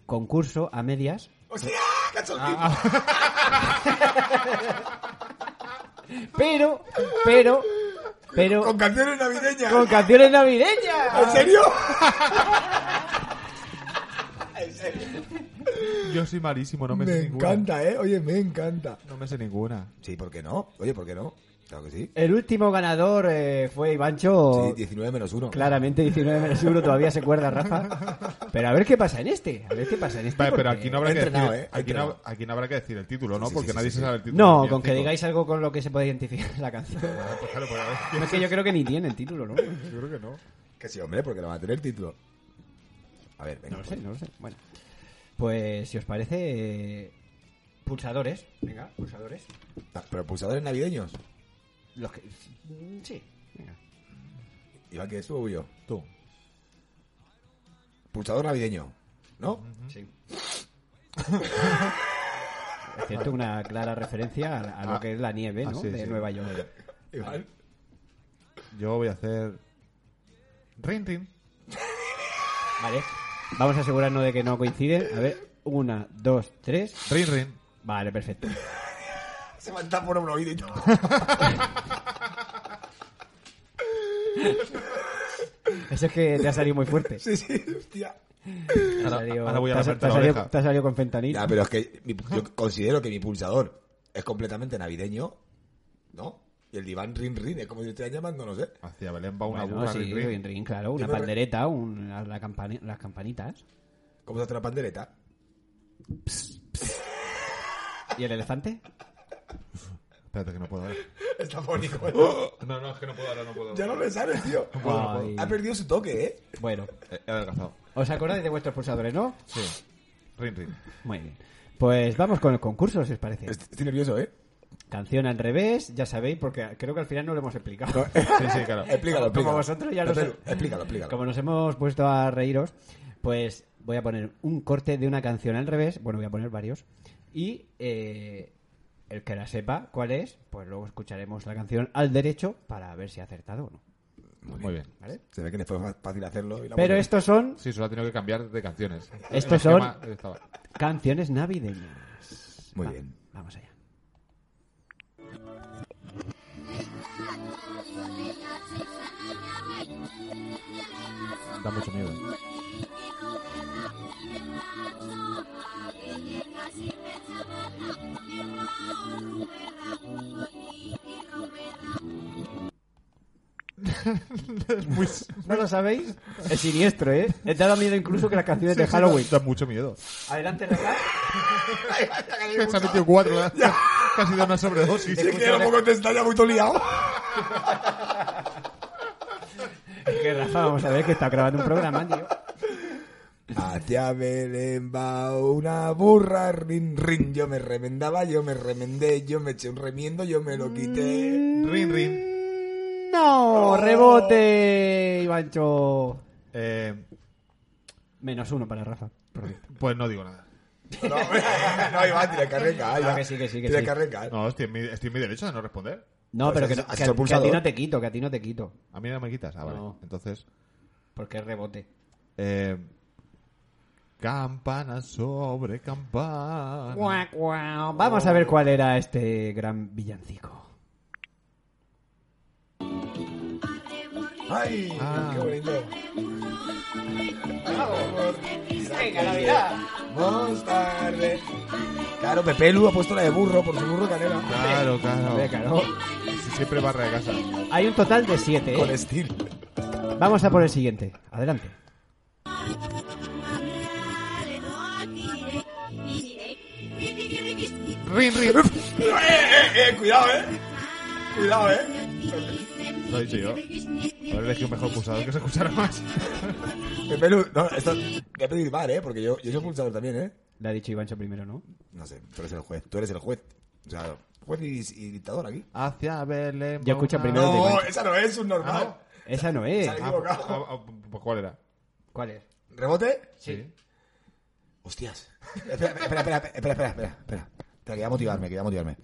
concurso a medias. Ah, ¡Hostia! ¡Cachondín! (laughs) Pero, pero, pero. ¡Con canciones navideñas! con canciones navideñas. ¿En (laughs) serio? Yo soy malísimo, no me, me sé ninguna. encanta, ¿eh? Oye, me encanta. No me sé ninguna. Sí, ¿por qué no? Oye, ¿por qué no? Claro que sí. El último ganador eh, fue Ivancho. Sí, 19 menos 1. Claramente 19 menos uno, todavía se acuerda Rafa. Pero a ver qué pasa en este. A ver qué pasa en este. Vale, pero porque- aquí no habrá He que entrenado, decir, ¿eh? He aquí, no, entrenado. aquí no habrá que decir el título, ¿no? Sí, sí, Porque sí, nadie sí, se sí. sabe el título. No, del con que villancico. digáis algo con lo que se puede identificar la canción. Pues claro, pues a ver, Es que yo creo que ni tiene el título, ¿no? yo creo que no. Que sí, hombre, porque lo va a tener título. A ver, venga. No lo sé, no lo sé. Bueno. Pues si os parece. eh, Pulsadores. Venga, pulsadores. Ah, ¿Pero pulsadores navideños? Los que. mm, Sí. Venga. Iván, ¿qué es tú o yo? Tú. Pulsador navideño, ¿no? Sí. Excepto una clara referencia a, a lo Ah. que es la nieve, Ah, ¿no? sí, de sí. Nueva York. Iván. Yo voy a hacer. Rin, rin. Vale. Vamos a asegurarnos de que no coinciden. A ver, una, dos, tres. Rin, rin. Vale, perfecto. Se me está por un oído y (laughs) todo. Eso es que te ha salido muy fuerte. Sí, sí, hostia. Te ha Ahora- salido- ahora voy a te ha- lamerte te ha la salido- oreja. Te ha salido con fentanil. Ya, pero es que mi- yo considero que mi pulsador es completamente navideño, ¿no? Y el diván rin rin, es como si estuvieran llamando, no sé. Hacia Belén va una Bueno, burra, sí, rin, rin. ring, ring, claro. Una Yo me- pandereta, un- la- la campani- las campanitas. ¿Cómo se hace la pandereta? (laughs) ¿Y el elefante? Espérate que no puedo hablar. Está fónico. ¿eh? (laughs) No, no, es que no puedo hablar, no puedo Ya no le sale, tío. Ay. Ha perdido su toque, ¿eh? Bueno, He adelgazado. ¿os acordáis de vuestros pulsadores, no? Sí. Rin, rin. Muy bien. Pues vamos con el concurso, si os parece. Est- Estoy nervioso, ¿eh? Canción al revés, ya sabéis, porque creo que al final no lo hemos explicado. Sí, sí, claro. (laughs) Explícalo, explícalo. (laughs) Como vosotros ya lo Entonces, sabéis. Explícalo, explícalo. Como nos hemos puesto a reíros, pues voy a poner un corte de una canción al revés. Bueno, voy a poner varios. Y eh, el que la sepa cuál es, pues luego escucharemos la canción al derecho para ver si ha acertado o no. Muy bien. ¿Vale? Se ve que le fue fa- fácil hacerlo. y la Pero hemos- estos son Sí, solo ha tenido que cambiar de canciones. Estos El son- esquema estaba. canciones navideñas. Muy Va- bien. Vamos allá. Da (laughs) mucho miedo. ¿No lo sabéis? Es siniestro, ¿eh? He dado miedo incluso que las canciones de Halloween. Da mucho miedo. Adelante, Rafa. Se ha metido cuatro. ¿verdad? Casi da una sobredosis. Sí, que era un poco testado, ya muy todo liado. Que Rafa, vamos a ver que está grabando un programa, tío. Hacia Belén va una burra, rin, rin. Yo me remendaba, yo me remendé, yo me eché un remiendo, yo me lo quité. Mm. Rin, rin. No, rebote, Ivancho. Eh, Menos uno para Rafa. pues no digo nada. No, (laughs) no, Iván, tiene que arrancar. No, ya. Ah, que sí, que sí, que Tiene sí. que arrancar. No, estoy en mi, estoy en mi derecho de no responder. No, Pues pero que, has- no- has que hecho el a- que a ti pulsador. no te quito, que a ti no te quito. A mí no me quitas. Ah, vale. No. Entonces. Porque es rebote. Eh, campana sobre campana. Guau, guau. Vamos a ver cuál era este gran villancico. Ay, Ah. qué bonito. Venga, Navidad. Vamos tarde. Claro, Pepe Lu ha puesto la de burro por su burro canela. Claro, claro. Venga, ¿no? Si siempre barra de casa. Hay un total de siete, Con ¿eh? estilo. Vamos a por el siguiente. Adelante. Rin, rin. Eh, eh, eh, cuidado, eh. Cuidado, eh. Lo he dicho yo. Haber elegido un mejor pulsador que se escuchara más. Pepe Lu, no, esto. Voy a pedir bar, eh, porque yo, yo soy pulsador también, eh. Le ha dicho Ivancho primero, ¿no? No sé, tú eres el juez. Tú eres el juez. O sea, juez y, y dictador aquí. Hacia Belén. Yo escucho va primero una- el de Iván. esa no es un normal. Esa no es. Sale- Ah, pues, ah, ah, pues, ¿Cuál era? ¿Cuál es? ¿Rebote? Sí. Hostias. (laughs) espera, espera, espera, espera, espera, espera, espera. Espera, quería motivarme, quería motivarme.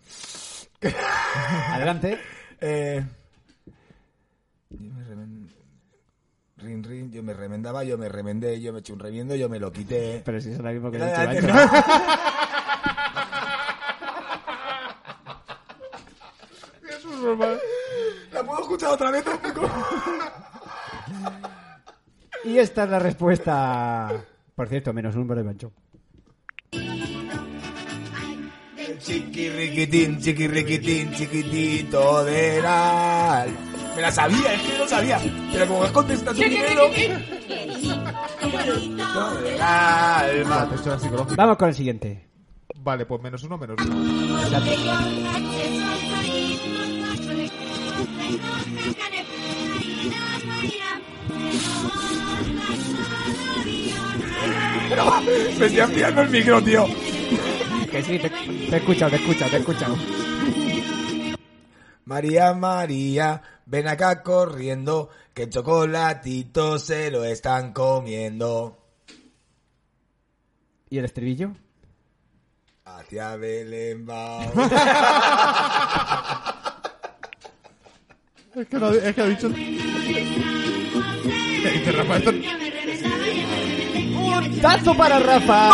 Adelante. Eh, yo me remen- Rin, rin, yo me remendaba, yo me remendé, yo me eché un remiendo, yo me lo quité. Pero si es la misma que le ha dicho Adelante, Ivancho. ¿La puedo escuchar otra vez, Francisco? Y esta es la respuesta. Por cierto, menos un para Ivancho. Chiquirriquitín, chiquirriquitín, chiquitito de la... Me la sabía, es que lo sabía. Pero como has contestado primero... Chiquitito del alma. Esto era psicológico. Vamos con el siguiente. Vale, pues menos uno, menos uno. Me estoy ampliando el micro, tío. Que sí, te, te he escuchado, te he escuchado, te he escuchado. María, María, ven acá corriendo, que el chocolatito se lo están comiendo. ¿Y el estribillo? Hacia Belén va... Es que, ha (laughs) dicho. Este ¡Tazo para Rafa!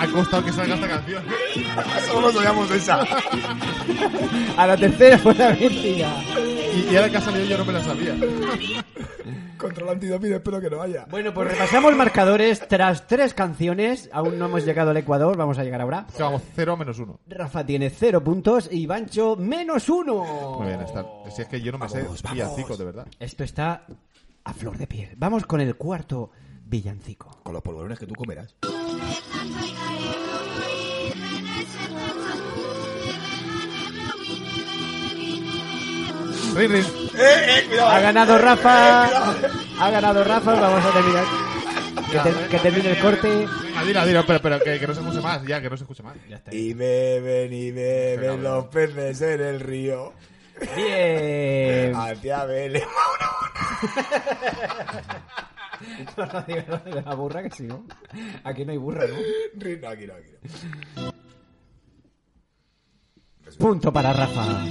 ha costado que salga esta canción. Solo sabíamos esa. A la tercera fue la vencida. Y, y ahora que ha salido yo no me la sabía. (laughs) Control antidoping, espero que no haya. Bueno, pues repasamos marcadores tras tres canciones. Aún no hemos llegado al Ecuador, vamos a llegar ahora. Que Vamos, cero menos uno. Rafa tiene cero puntos y Ivancho menos uno. Muy bien, está. Si es que yo no me Vamos, sé vamos. villancicos, de verdad. Esto está a flor de piel. Vamos con el cuarto villancico. Con los polvorones que tú comerás. Rin, rin. Ha ganado Rafa. Ha ganado Rafa. Vamos a terminar. Que, te- que termine el corte. Ah, dilo, dilo, pero, pero que, que no se escuche más, ya, que no se escuche más. Ya está. Y beben y beben los peces en el río. Bien. Hacia Belén. No, no digas lo de la burra, que si no. Aquí no hay burra, ¿no? No, aquí no, aquí no. Punto para Rafa.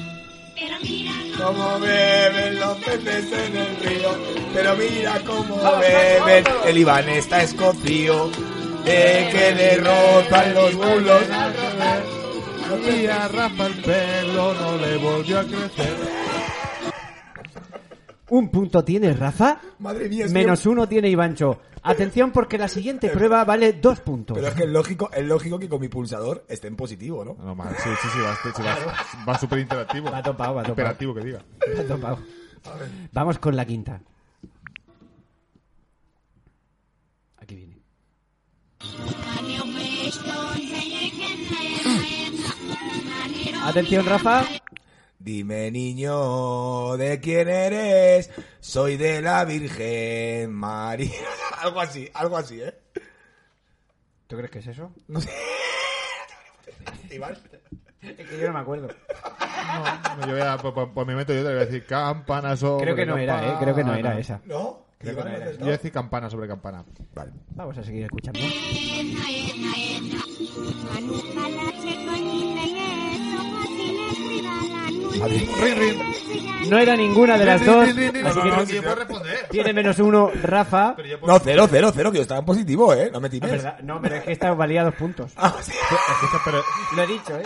Cómo beben los peces en el río, pero mira cómo beben. El Iván está escocido de que derrotan los bulos. Y a Rafa el pelo no le volvió a crecer. Un punto tiene Rafa. Madre mía, es que- Menos uno tiene Ivancho. Atención porque la siguiente prueba vale dos puntos. Pero es que es lógico, es lógico que con mi pulsador esté en positivo, ¿no? No, mal, sí, sí, sí, va, sí, va, va súper interactivo. Va topado, va topado. Imperativo que diga. Me (laughs) ha topado. Vamos con la quinta. Aquí viene. Atención, Rafa. Dime niño, ¿de quién eres? Soy de la Virgen María. (laughs) Algo así, algo así, ¿eh? ¿Tú crees que es eso? Iván. Es que yo no me acuerdo. Yo voy a, pues, por, por- por mi momento yo te voy a decir campana sobre Creo que no era, eh. Creo que no era campana. esa. ¿No? Creo que Iván, no era. Yo voy a decir campana sobre campana. Vale. Vamos a seguir escuchando. Rin, rin. No era ninguna de las Rin, dos. rin, rin, rin. Así No, que no, no, que yo puedo responder. tiene menos uno Rafa. Pero yo puedo- No, cero, cero, cero, que yo estaba en positivo, ¿eh? No me No, times. Ah, verdad, no, pero es que esta valía dos puntos. Ah, sí. Es que está- pero, Lo he dicho, ¿eh?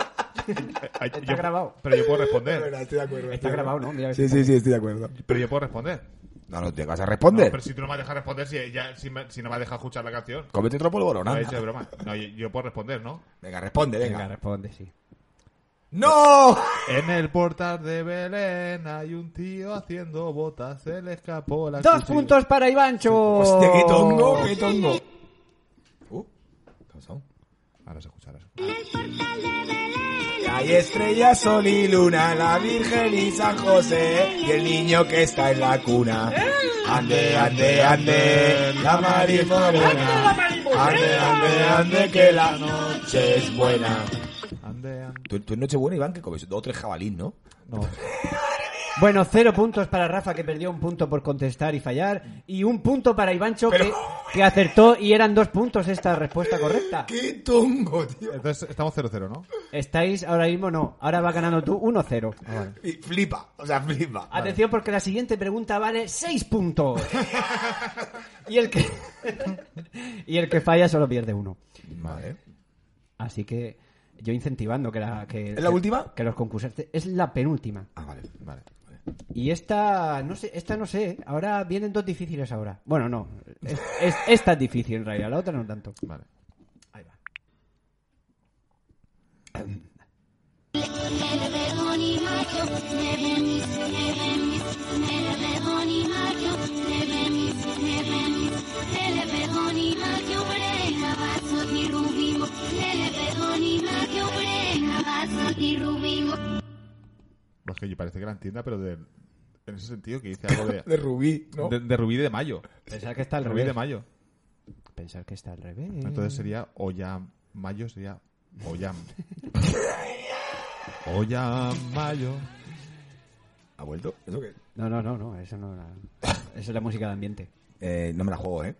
ay, Está yo- grabado. Pero yo puedo Es responder. verdad, estoy de acuerdo. Está estoy de grabado, acuerdo. ¿no? Mira, a ver Sí, si- sí, sí, estoy de acuerdo. Pero yo puedo responder. No, no te vas a No, responder. pero si tú no me has dejado responder, si, ya- si, me- si no me has dejado escuchar la canción. Comete otro polvorón, Lo he anda. hecho de broma. No, yo, yo puedo responder, ¿no? Venga, responde, venga. Venga, responde, sí. ¡No! En el portal de Belén hay un tío haciendo botas, se le escapó la Dos cuchilla. puntos para Ivancho. Ah, Hostia, qué tongo, qué tongo. Uh, ¿qué ha pasado? Ahora se escucha, ahora se escucha. Hay estrella, sol y luna, la Virgen y San José, y el niño que está en la cuna. Ande, ande, ande, la mariposa. Ande, ande, ande, que la noche es buena. Ande, ande. Tú, tú en Nochebuena, Iván, que comes dos o tres jabalín, ¿no? No. Bueno, cero puntos para Rafa, que perdió un punto por contestar y fallar. Y un punto para Ivancho, que, que acertó y eran dos puntos esta respuesta correcta. ¡Qué tongo, tío! Entonces estamos 0-0, ¿no? Estáis ahora mismo, no. Ahora va ganando tú 1-0. Y Flipa, o sea, flipa. Atención, porque la siguiente pregunta vale (laughs) seis puntos. y, el que... y el que falla solo pierde uno. Vale. Así que yo incentivando que la. Que, ¿Es la última? Que los concursantes. Es la penúltima. Ah, vale, vale. Y esta, no sé, esta no sé. ¿eh? Ahora vienen dos difíciles ahora. Bueno, no. Es, es- esta es difícil en realidad, la otra no tanto. Vale. Ahí va. Pues que yo parece que la entienda, pero de, en ese sentido que dice algo de, De rubí, ¿no? de, de Rubí de Mayo. Pensar que está al Rubí de revés. Mayo. Pensar que está al revés. Mm. Entonces sería Oyam. Mayo sería Oyam. (laughs) Oyam Mayo. ¿Ha vuelto? ¿Eso qué? No, no, no, no. Eso no la... Esa es la música de ambiente. Eh, no me la juego, ¿eh?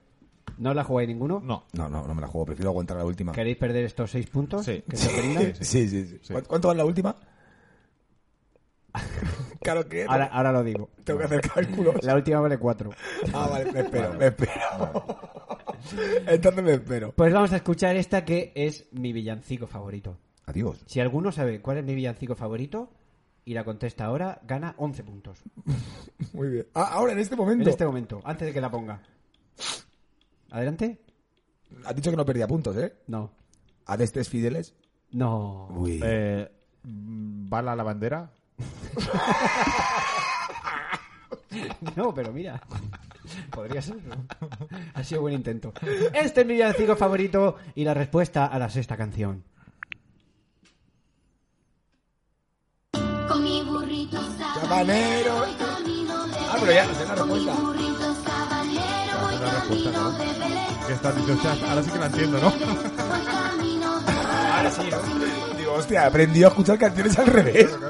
¿No la jugáis ninguno? No. No, no, no me la juego. Prefiero aguantar la última. ¿Queréis perder estos seis puntos? Sí. Que se os brindan? (laughs) Sí, Sí, sí, sí. Sí. ¿Cu- ¿Cuánto va en la última? (laughs) claro que Ahora, ahora lo digo. tengo que hacer (laughs) cálculos. La última vale cuatro. Ah, vale, me espero, me espero. (laughs) Entonces me espero. Pues vamos a escuchar esta que es mi villancico favorito. Adiós. Si alguno sabe cuál es mi villancico favorito y la contesta ahora, gana 11 puntos. Muy bien. Ah, ahora, en este En momento. este momento, antes de que la ponga. ¿Adelante? Has dicho que no perdía puntos, ¿eh? No. ¿A de estés fideles? No. (laughs) Uy. Eh, mm, Bala la bandera. No, pero mira. Podría ser. ¿no? Ha sido buen intento. Este es mi villancico favorito y la respuesta a la sexta canción. Con mi burrito Habanero. Ah, pero ya no sé la respuesta. Claro, la respuesta, ¿no? Que estás diciendo, "Ostras, ahora sí que la entiendo, ¿no? (laughs) Ahora sí, ¿no? Digo, hostia, aprendió a escuchar canciones al revés. Soy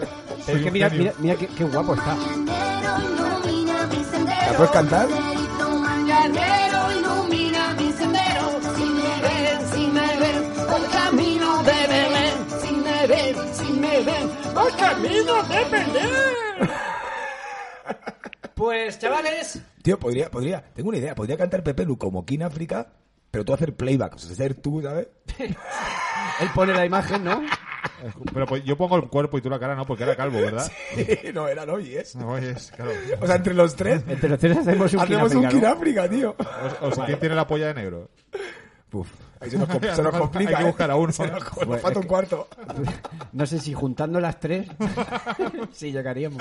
Pero es que un mira, genio. mira, mira qué, qué guapo está. ¿La puedes cantar? Pues, chavales, Tío, podría, podría, tengo una idea, podría cantar Pepe Lu como King África, pero tú hacer playback, o sea, ser tú, ¿sabes? (laughs) él pone la imagen, ¿no? Pero pues, yo pongo el cuerpo y tú la cara, ¿no? Porque era calvo, (laughs) ¿verdad? no, era no, y es. No, es, claro. O sea, entre los tres, Entre los tres hacemos un hacemos un Kináfrica, King ¿no? África, tío. O, o si quién tiene la polla de negro. Uf, ahí se nos, com- se nos Hay que complica. ¿eh? buscar a uno. Se nos, nos Bueno, falta un cuarto. No sé si juntando las tres, (laughs) sí llegaríamos.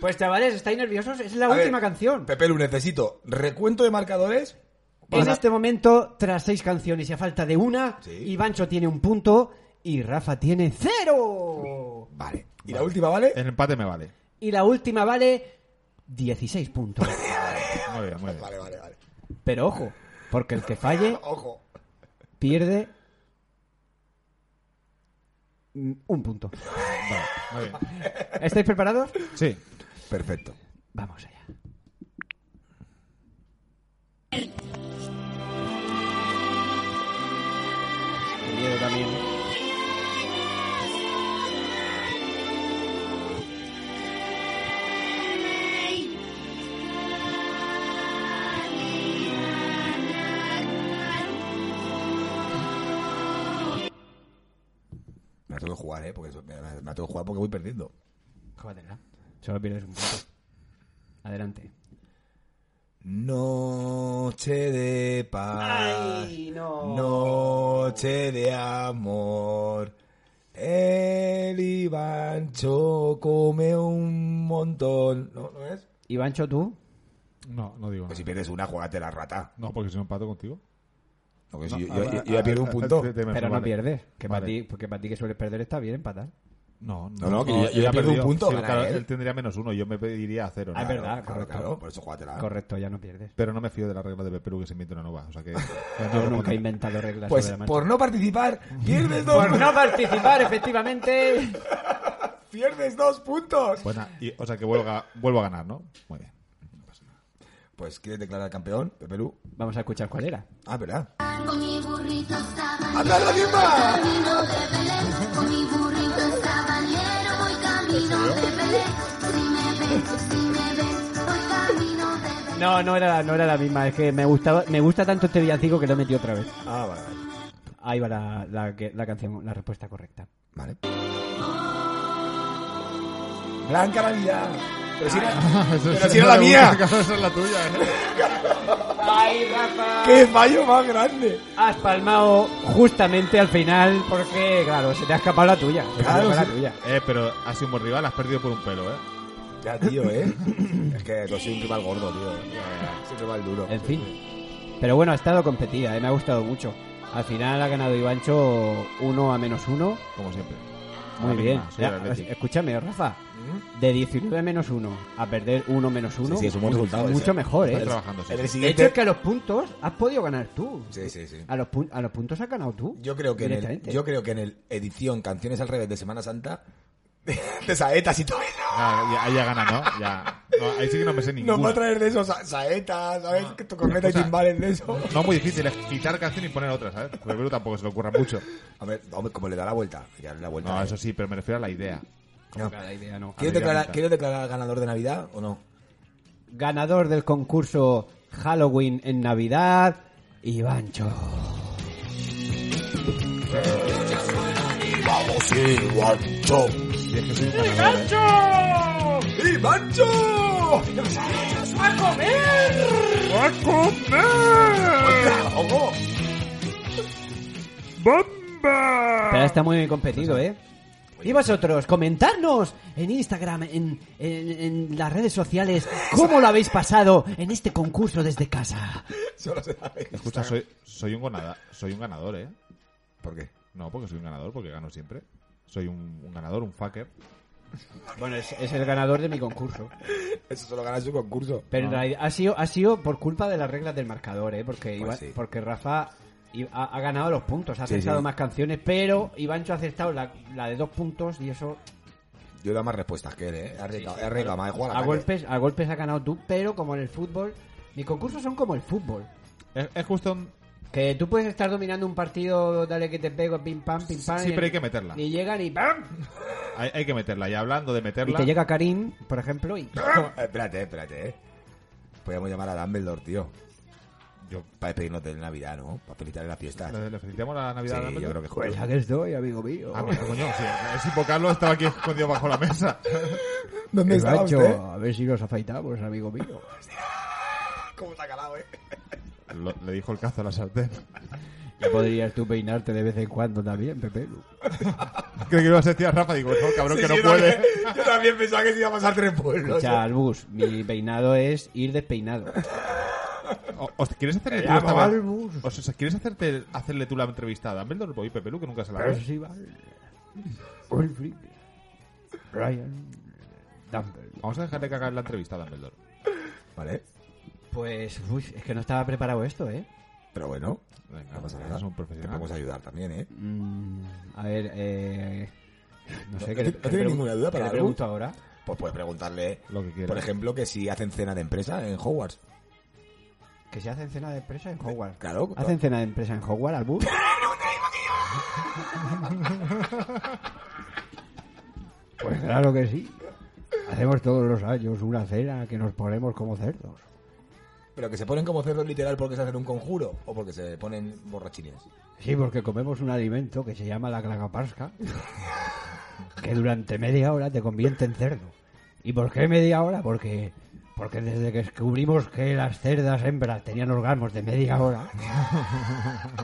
Pues chavales, ¿estáis nerviosos? Es la A ver, última canción. Pepe Lu, necesito recuento de marcadores. En Para- este momento, tras seis canciones y a falta de una, Sí. Ivancho tiene un punto y Rafa tiene cero. Vale. ¿Y la última, vale? El empate me vale. Y la última vale 16 puntos. Muy bien, muy bien. Vale, vale, vale. Pero ojo, porque el que falle Ojo. pierde mm, un punto. Vale, muy bien. ¿Estáis preparados? Sí. Perfecto. Vamos allá. Miedo también. Me la tengo que jugar, ¿eh? Porque eso- me me la tengo que jugar porque voy perdiendo. Jódatela. Solo pierdes un punto. Adelante. Noche de paz. Ay, no. Noche de amor. El Ivancho come un montón. ¿No, ¿No es? Ivancho, tú. No, no digo Pues nada. si pierdes una, jugate la rata. No, porque si no empato contigo. No, que No, si yo, ah, yo- yo- ah, yo ya ah, pierdo un ah, punto. te- te- me- Pero no vale. pierdes. Que para Vale. ti, porque para ti que sueles perder está bien empatar. No, no, No, no, que yo ya- yo él ya ha pierdo un perdido. punto, Sí, gana claro, él. él tendría menos uno, yo me pediría a cero. Ah, es Claro. verdad, claro, correcto. claro, por eso jugatela. Correcto, ya no pierdes. Pero no me fío de la regla de Beperú que se inventa una nueva. O sea que. (laughs) Yo (laughs) nunca he inventado reglas Pues sobre la marcha. por no participar, pierdes dos, (laughs) Por no participar, efectivamente. pierdes dos puntos. Pues nada, y- o sea que vuelvo a, vuelvo a ganar, ¿no? Muy bien. Pues ¿quieres declarar campeón, Pepe Lu? Vamos a escuchar cuál era. Ah, ¿verdad? ¡Anda la misma! No, no era, no era la misma. Es que me gustaba, me gusta tanto este villancico que lo he metido otra vez. Ah, vale, vale. Ahí va la, la, que- la canción, la respuesta correcta. Vale. Blanca Navidad. Pero si era, pero si era la mía. Esa es la tuya, ¿eh? ¡Ay, Rafa! ¡Qué fallo más grande! Has palmado justamente al final porque, claro, se te ha escapado la tuya. Se te ha Claro, escapado sí. la tuya. Eh, pero ha sido un buen rival, has perdido por un pelo, ¿eh? Ya, tío, ¿eh? (clears throat) Es que yo soy un rival gordo, tío. Siempre va el duro. En fin. Pero bueno, ha estado competida, ¿eh? me ha gustado mucho. Al final ha ganado Ivancho 1 a menos 1. Como Eh, siempre. Muy Ahora bien. misma, soy Ya, del Atleti. escúchame, Rafa. De 19 menos 1 a perder 1 menos 1. Sí, sí, es un buen resultado Mucho ese. mejor, Estás ¿eh? trabajando, En sí. el De hecho, es siguiente... que a los puntos has podido ganar tú. Sí, sí, sí. A los, pun- a los puntos has ganado tú. Yo creo que en el, Directamente. yo creo que en el edición Canciones al revés de Semana Santa... (laughs) De saetas y todo eso. Ah, ya, ahí ya gana, ¿no? Ya. No, ahí sí que no me sé Nos va ninguna. a traer de esos sa- saetas, ¿sabes? Que tu corneta O sea, y timbales de eso. No muy difícil, es quitar canción y poner otra, ¿sabes? Porque Beperú tampoco se le ocurra mucho. A ver, hombre, como le da la vuelta. hay que darle la vuelta. No, ¿eh? eso sí, pero me refiero a la idea. No. Claro, la idea no. ¿Quieres Amiga declarar, nunca. ¿Quieres declarar al ganador de Navidad o no? Ganador del concurso Halloween en Navidad, Ivancho. ¡Vamos, Ivancho! Y es que soy un ganador, ¿eh? ¡Ivancho! ¡A comer! ¡A comer! ¡Ojo! ¡Bomba! Pero está muy bien competido, ¿eh? Y vosotros, comentadnos en Instagram, en, en- en las redes sociales, cómo lo habéis pasado en este concurso desde casa. Solo se sabe. Escucha, soy, soy, un gonada- soy un ganador, ¿eh? ¿Por qué? No, porque soy un ganador, porque gano siempre. Soy un, un ganador, un fucker. Bueno, es, es el ganador de mi concurso. Ah. Eso solo gana su concurso. Pero en realidad ha sido, ha sido por culpa de las reglas del marcador, ¿eh? Porque, Pues Iván- sí. porque Rafa i- ha, ha ganado los puntos, ha Sí, acertado sí. más canciones, pero Ivancho ha acertado la, la de dos puntos y eso Yo he dado más respuestas que él, ¿eh? Arriba, arriba, más igual a golpes, a golpes ha ganado tú, pero como en el fútbol, mis concursos son como el fútbol. Es, es justo un- Que tú puedes estar dominando un partido, dale que te pego, pim pam, pim pam. Sí, y- pero hay que meterla. Y llegan y ¡pam! Hay, hay que meterla. Y hablando de Y meterla. te llega Karim, por ejemplo, y. (laughs) Espérate, espérate, ¿eh? Podríamos llamar a Dumbledore, tío. Yo- Para despedirnos de Navidad, ¿no? Para felicitarle la fiesta. ¿Le, le felicitamos la Navidad a Sí, Dumbledore? yo creo Pues que joder. que estoy, amigo mío. Ah, pues coño, sí, es invocarlo, estaba aquí escondido bajo la mesa. (laughs) ¿Dónde estaba usted? a ver si nos afeitamos, amigo mío. ¿Cómo te ha calado, eh? Lo- le dijo el cazo a la sartén. (laughs) Ya podrías tú peinarte de vez en cuando también, Pepe. Creo que iba a ser tía Rafa, digo, no, cabrón, que no Sí, yo puede. también- Yo también pensaba que se iba a pasar tres pueblos. Escucha, Albus, mi peinado es ir despeinado. (laughs) O- o- ¿Quieres Eh, hacerle tú llamo esta ma- Albus. o sea, ¿quieres hacerte, hacerle tú la entrevista a Dumbledore o a Pepelu, que nunca se la ve? Ryan Pues- Vamos a dejarle que haga la entrevista a Dumbledore. Vale, Pues, uy, es que no estaba preparado esto, ¿eh? pero bueno, Venga, no pasa es nada. un Te profesional. podemos ayudar también, ¿eh? Mm, a ver, eh... No sé, No- no tiene- no qué le- qué le tiene pregun- ninguna duda qué para le Albus. pregunto ahora? Pues puedes preguntarle, Lo que quieras. por ejemplo, que si hacen cena de empresa en Hogwarts. Que se hacen cena de empresa en Hogwarts. Claro. ¿Hacen cena de empresa en (laughs) Hogwarts, Albus? pues claro que sí. Hacemos todos los años una cena que nos ponemos como cerdos. Pero que se ponen como cerdos literal porque se hacen un conjuro o porque se ponen borrachines. Sí, porque comemos un alimento que se llama la clagapasca, que durante media hora te convierte en cerdo. ¿Y por qué media hora? Porque, porque desde que descubrimos que las cerdas hembras tenían orgasmos de media hora,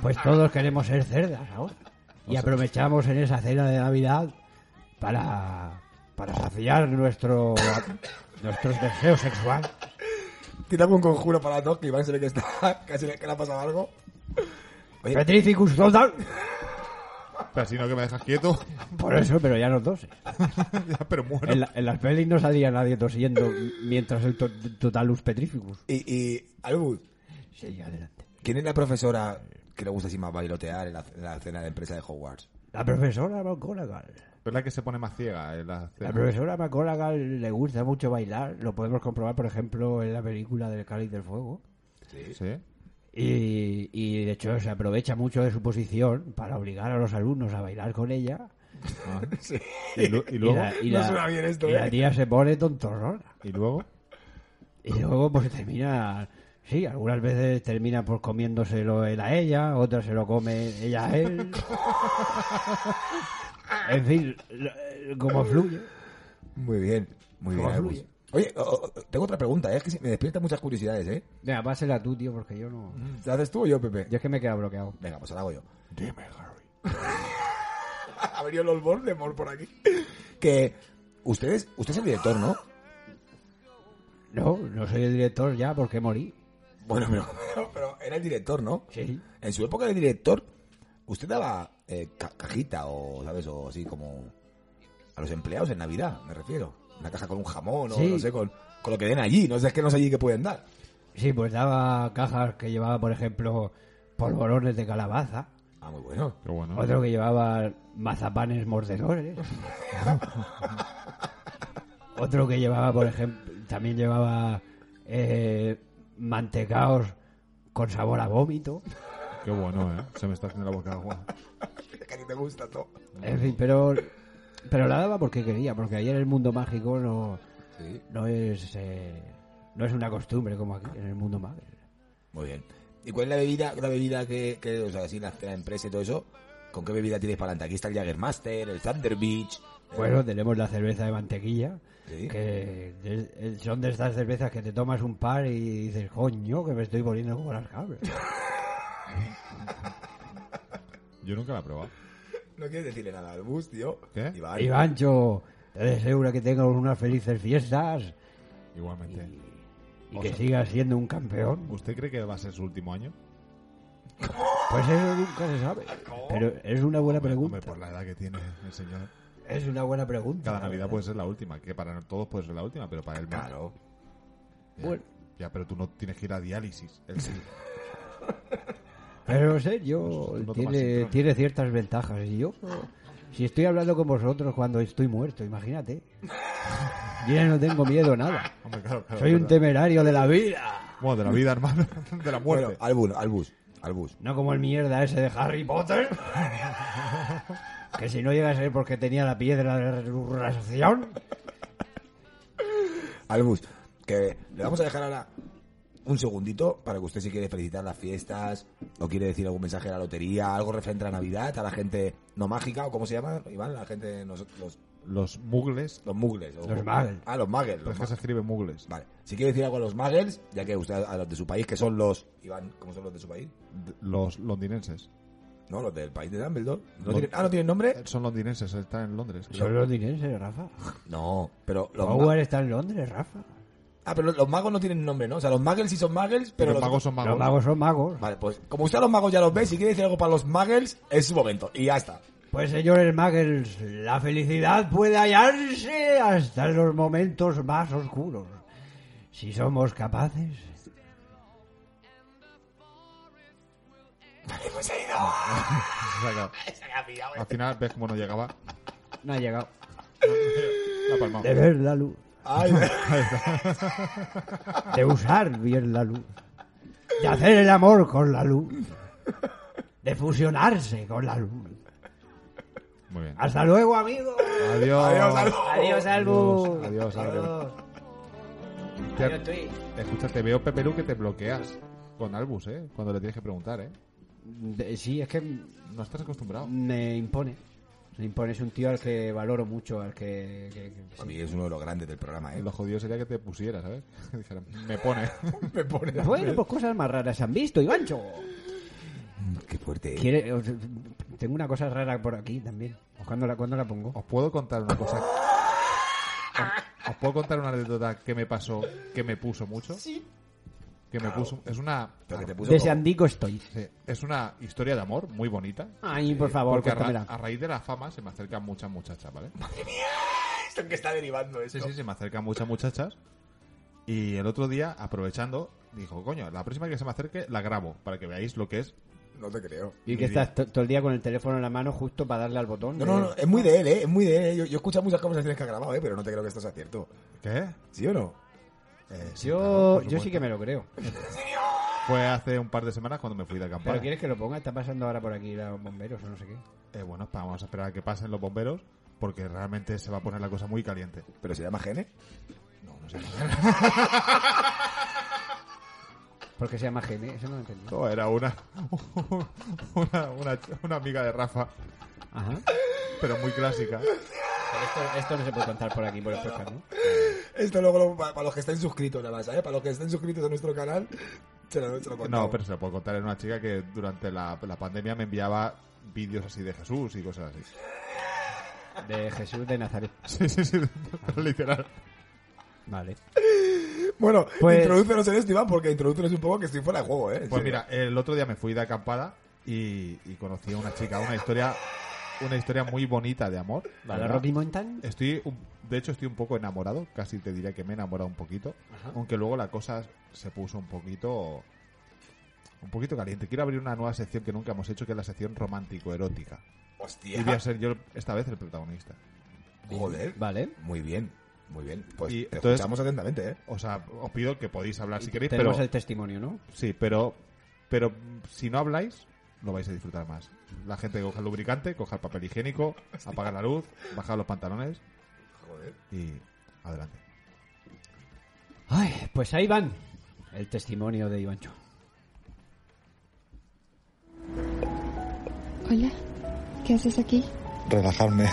pues todos queremos ser cerdas ahora. Y aprovechamos en esa cena de Navidad para, para saciar nuestro, nuestros deseos sexuales. Tiramos un conjuro para dos que Iván se ve que está, (laughs) casi le, que le ha pasado algo. Oye, Petrificus total. Pero si no, que me dejas quieto. Por eso, pero ya no toses. Ya, pero muero. En, la- en las pelis no salía nadie tosiendo mientras el to- Totalus Petrificus. y, y Albus, Sí, adelante. ¿quién es la profesora que le gusta así más bailotear en la, en la cena de empresa de Hogwarts? La profesora McGonagall. Es la que se pone más ciega en la La cena. profesora McGonagall le gusta mucho bailar. Lo podemos comprobar, por ejemplo, en la película del Cáliz del Fuego. Sí. Y, y, de hecho se aprovecha mucho de su posición para obligar a los alumnos a bailar con ella. Ah. (laughs) Y, lu- y luego, la, No suena bien esto, y la ¿eh? tía se pone tontorrona. y luego, Y luego pues termina, sí, algunas veces termina por comiéndoselo él a ella, otras se lo come ella a él. en fin, lo- eh, como fluye. Muy bien, muy ¿Cómo bien, Albus. fluye? Oye, o- o- tengo otra pregunta, ¿eh? es que me despierta muchas curiosidades, ¿eh? Venga, pásela tú, tío, porque yo no... ¿La haces tú o yo, Pepe? Yo es que me he quedado bloqueado. Venga, pues ahora hago yo. Dime, Harry. (laughs) ha venido los Voldemort por aquí. Que ustedes, usted es el director, ¿no? No, no soy el director ya porque morí. Bueno, pero, pero era el director, ¿no? Sí. En su época de director, usted daba eh, ca- cajita o, ¿sabes? O así como a los empleados en Navidad, me refiero. Una caja con un jamón o Sí. no sé, con, con lo que den allí. No sé, es que no sé allí qué pueden dar. Sí, pues daba cajas que llevaba, por ejemplo, polvorones de calabaza. Ah, muy bueno. qué bueno. Otro que llevaba (laughs) mazapanes mordedores. Otro que llevaba, por ejemplo, también llevaba eh, mantecaos con sabor a vómito. Qué bueno, eh. Se me está haciendo la boca agua. Que a ti te gusta todo. En fin, pero, pero la daba porque quería, porque ahí en el mundo mágico no, Sí, no, es, eh, no es una costumbre como aquí, en el mundo mágico. muy bien. ¿Y cuál es la bebida, la bebida que, que, o sea, así la, la empresa y todo eso? ¿Con qué bebida tienes para adelante? Aquí está el Jagermaster, el Thunder Beach. eh, Bueno, tenemos la cerveza de mantequilla, Sí. que es- es- son de estas cervezas que te tomas un par y dices, coño, que me estoy poniendo como las cabras. Yo nunca la he probado. No quieres decirle nada al bus, tío. ¿Qué? Iván. Ivancho, te deseo una que tengas unas felices fiestas Igualmente. y que sigas siendo un campeón. ¿Usted cree que va a ser su último año? Pues eso nunca se sabe. Pero es una buena Hombre, pregunta. hombre, por la edad que tiene el señor. Es una buena pregunta. Cada la Navidad verdad. pues, puede ser la última, que para todos puede ser la última, pero para él no. Claro. Ya, Ya, pero tú no tienes que ir (laughs) a diálisis. Él sí. Pero no sé, yo Pues, no tomas tiene, Citroën. tiene ciertas ventajas. Y yo, si estoy hablando con vosotros cuando estoy muerto, imagínate. (laughs) Yo ya no tengo miedo a nada. Hombre, claro, claro, Soy un verdad. temerario de la vida. Bueno, de la vida, hermano. (laughs) De la muerte. Bueno, al bus, al bus, al bus. No como el mierda ese de Harry Potter. que si no llega a ser porque tenía la piedra de la resurrección. Albus, que le vamos a dejar ahora un segundito para que usted si quiere felicitar las fiestas o quiere decir algún mensaje a la lotería, algo referente a la Navidad, a la gente no mágica o cómo se llama, Iván, la gente, los, los, Los mugles. los mugles. o- Los muggles. Ah, los muggles. Pero los es que se muggles. escribe mugles. Vale, si quiere decir algo a los muggles, ya que usted a los de su país, que son los... Iván, ¿cómo son los de su país? D- Los londinenses. No, los del país de Dumbledore. ¿No Los- tienen- ah, ¿no tienen nombre? Son londinenses, están en Londres. creo. Son londinenses, Rafa. No, pero los, ma- Howard está en Londres, Rafa. ah, pero los magos no tienen nombre, ¿no? O sea, los muggles sí son muggles, pero Pero los magos son magos. Los magos son (laughs) magos. Vale, pues como usted a los magos ya los ve, si quiere decir algo para los muggles, es su momento. Y ya está. Pues señores Muggles, la felicidad puede hallarse hasta en los momentos más oscuros. Si somos capaces. O sea, claro. (laughs) Al final ves cómo no (laughs) llegaba. No ha llegado. La palma. De ver la luz. Ay, (laughs) De usar bien la luz. De hacer el amor con la luz. De fusionarse con la luz. Muy bien. Hasta luego, amigos. Adiós. adiós, adiós. Adiós, Albu. Adiós, adiós, adiós. Te- Adiós, Twitch. Escucha, te veo Pepe Lu que te bloqueas con Albus, ¿eh? Cuando le tienes que preguntar, ¿eh? De- Sí, es que No estás acostumbrado. me impone. Me impone. Es un tío al que valoro mucho, al que... que- que- A mí es uno de los grandes del programa, ¿eh? Lo jodido sería que te pusiera, ¿sabes? (laughs) Que dijeran, me pone. (laughs) Me pone la Bueno, pues cosas más raras se han visto, Ivancho. pues, Qué fuerte. ¿eh? ¿Quiere- os- Tengo una cosa rara por aquí también. ¿Cuándo la, cuándo la pongo? Os puedo contar una (laughs) cosa. Os- Os puedo contar una anécdota que me pasó, que me puso mucho. Sí. Que me puso. Es una. Pero que te puso De como- Sandico estoy. sí, Es una historia de amor muy bonita. Ay, por favor, Eh, Porque a, ra- cuéntamela. a raíz de la fama se me acercan muchas muchachas, ¿vale? (laughs) ¿Esto en qué está derivando Sí, eso? sí, se me acercan muchas muchachas. Y el otro día, aprovechando, dijo, coño, la próxima que se me acerque la grabo para que veáis lo que es. No te creo. Y que mi vida. estás to- todo el día con el teléfono en la mano justo para darle al botón. No, de- no, no, es muy de él, ¿eh? Es muy de él. ¿eh? Yo, yo he escuchado muchas conversaciones que ha grabado, ¿eh? Pero no te creo que esto sea cierto. ¿Qué? ¿Sí o no? Yo, yo sí que me lo creo. Fue hace un par de semanas cuando me fui de acampar. Pero quieres que lo ponga, está pasando ahora por aquí los bomberos o no sé qué. Eh, bueno, pa- vamos a esperar a que pasen los bomberos porque realmente se va a poner la cosa muy caliente. ¿Pero se llama Gene? No, no sé. Porque se llama Gene, eso no lo entendí. No, era una, (laughs) una, una, una amiga de Rafa, Ajá. pero muy clásica. Pero esto, esto no se puede contar por aquí, por el podcast, ¿no? Esto luego lo- para, para los que estén suscritos nada más, ¿eh? Para los que estén suscritos a nuestro canal, se lo, se lo contamos. No, pero se lo puedo contar. Era una chica que durante la, la pandemia me enviaba vídeos así de Jesús y cosas así. (laughs) De Jesús de Nazaret. Sí, sí, sí, (laughs) pero literal. Vale. Bueno, Pues- introdúcenos en esto, Iván, porque introdúcenos un poco que estoy fuera de juego, ¿eh? Pues Sí. mira, el otro día me fui de acampada y, y conocí a una chica, una historia, una historia muy bonita de amor. la ¿A la verdad. Rocky Mountain? Estoy, un- de hecho, estoy un poco enamorado. Casi te diría que me he enamorado un poquito. Aunque luego la cosa se puso un poquito. Un poquito caliente. Quiero abrir una nueva sección que nunca hemos hecho, que es la sección romántico-erótica. Y voy a Hostia. ser yo esta vez el protagonista. Joder. Vale. Muy bien, muy bien. Pues Y te entonces- escuchamos atentamente, ¿eh? O sea, os pido que podéis hablar si queréis, pero. Tenemos el testimonio, ¿no? Sí, pero. Pero si no habláis, lo vais a disfrutar más. La gente coja el lubricante, coja el papel higiénico, apaga la luz, baja los pantalones Joder. y. Adelante. Ay, pues ahí van. El testimonio de Ivancho. Hola, ¿qué haces aquí? (laughs) relajarme.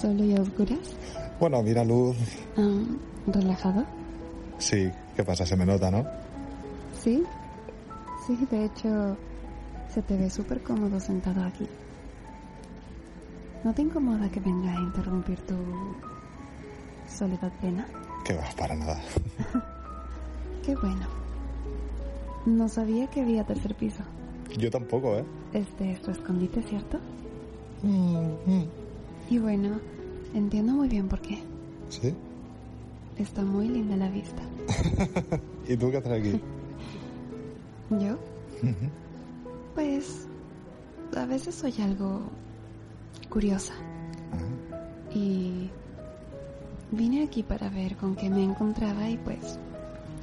¿Solo y a oscuras? Bueno, mira luz. Ah, ¿Relajado? Sí, ¿qué pasa? Se me nota, ¿no? Sí. Sí, de hecho, se te ve súper cómodo sentado aquí. ¿No te incomoda que venga a interrumpir tu soledad plena? Que va, para nada. Qué bueno. No sabía que había tercer piso. Yo tampoco, ¿eh? Este es tu escondite, ¿cierto? Y bueno, entiendo muy bien por qué. ¿Sí? Está muy linda la vista. ¿Y tú qué haces aquí? ¿Yo? Pues a veces soy algo curiosa. Y vine aquí para ver con qué me encontraba y pues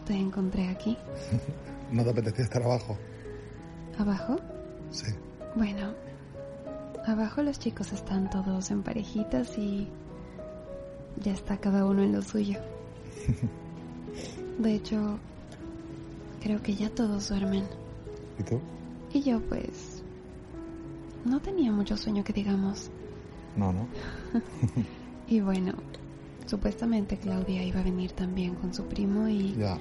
te encontré aquí. (laughs) ¿No te apetecía estar abajo? ¿Abajo? Sí. Bueno, abajo los chicos están todos en parejitas y ya está cada uno en (laughs) lo suyo. De hecho, creo que ya todos duermen. ¿Y tú? Y yo pues no tenía mucho sueño que digamos. No, no. Y bueno, supuestamente Claudia iba a venir también con su primo y Ya.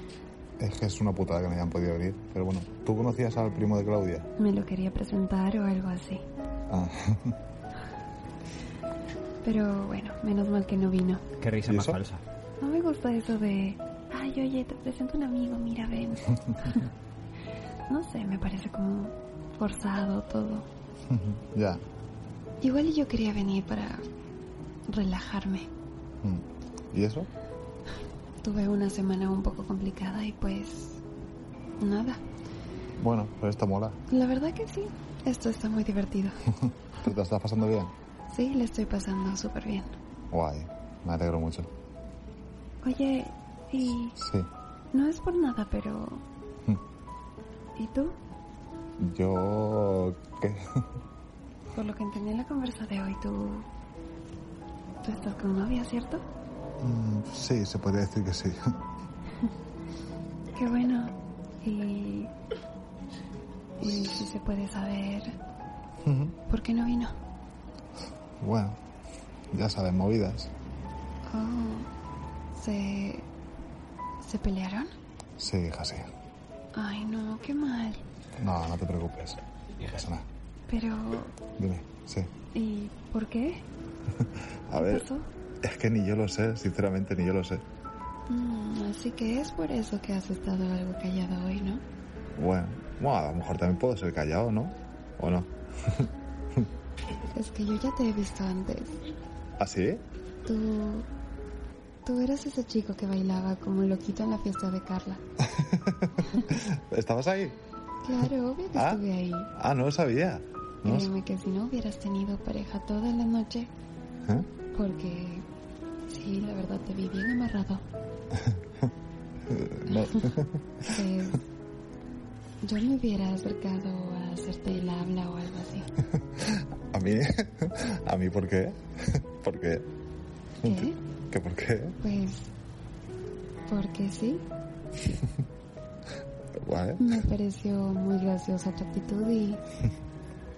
Es que es una putada que no hayan podido venir. Pero bueno, ¿tú conocías al primo de Claudia? me lo quería presentar o algo así. Ah, (laughs) Pero bueno, menos mal que no vino. Qué risa ¿Y más eso? falsa. No me gusta eso de, ay, oye, te presento un amigo, mira, (laughs) ven. no sé, me parece como forzado todo. ya. Igual y yo quería venir para relajarme. Mm. ¿Y eso? Tuve una semana un poco complicada y pues nada. Bueno, pero esto mola. La verdad que sí, esto está muy divertido. ¿Tú te estás pasando bien? Sí, le estoy pasando súper bien. Guay. Me alegro mucho. Oye, y Sí. no es por nada, pero... Hmm. ¿Y tú? Yo... ¿Qué? (laughs) Por lo que entendí en la conversa de hoy, tú... Tú estás con novia, ¿cierto? Mm, Sí, se podría decir que sí. Qué bueno. Y... Y si se puede saber... ¿Por qué no vino? Bueno, ya sabes, movidas. Oh, ¿se... ¿Se pelearon? Sí, hija, sí. Ay, no, qué mal. No, no te preocupes. No pasa nada. Pero... Dime, sí. ¿Y por qué? A ¿Qué ver, pasó? es que ni yo lo sé, sinceramente, ni yo lo sé. Mm, así que es por eso que has estado algo callado hoy, ¿no? Bueno, bueno, a lo mejor también puedo ser callado, ¿no? ¿O no? Es que yo ya te he visto antes. ¿Ah, sí? Tú... Tú eras ese chico que bailaba como loquito en la fiesta de Carla. ¿Estabas ahí? Claro, obvio que Ah. estuve ahí. Ah, no lo sabía. No lo sé. Créeme que si no hubieras tenido pareja toda la noche, ¿Eh? porque... Sí, la verdad te vi bien amarrado. (laughs) No. Pues... Yo me hubiera acercado a hacerte el habla o algo así. ¿A mí? (laughs) ¿A mí por qué? (laughs) ¿Por qué? ¿Qué? ¿Qué por qué? Pues... Porque sí, Vale. Me pareció muy graciosa tu actitud y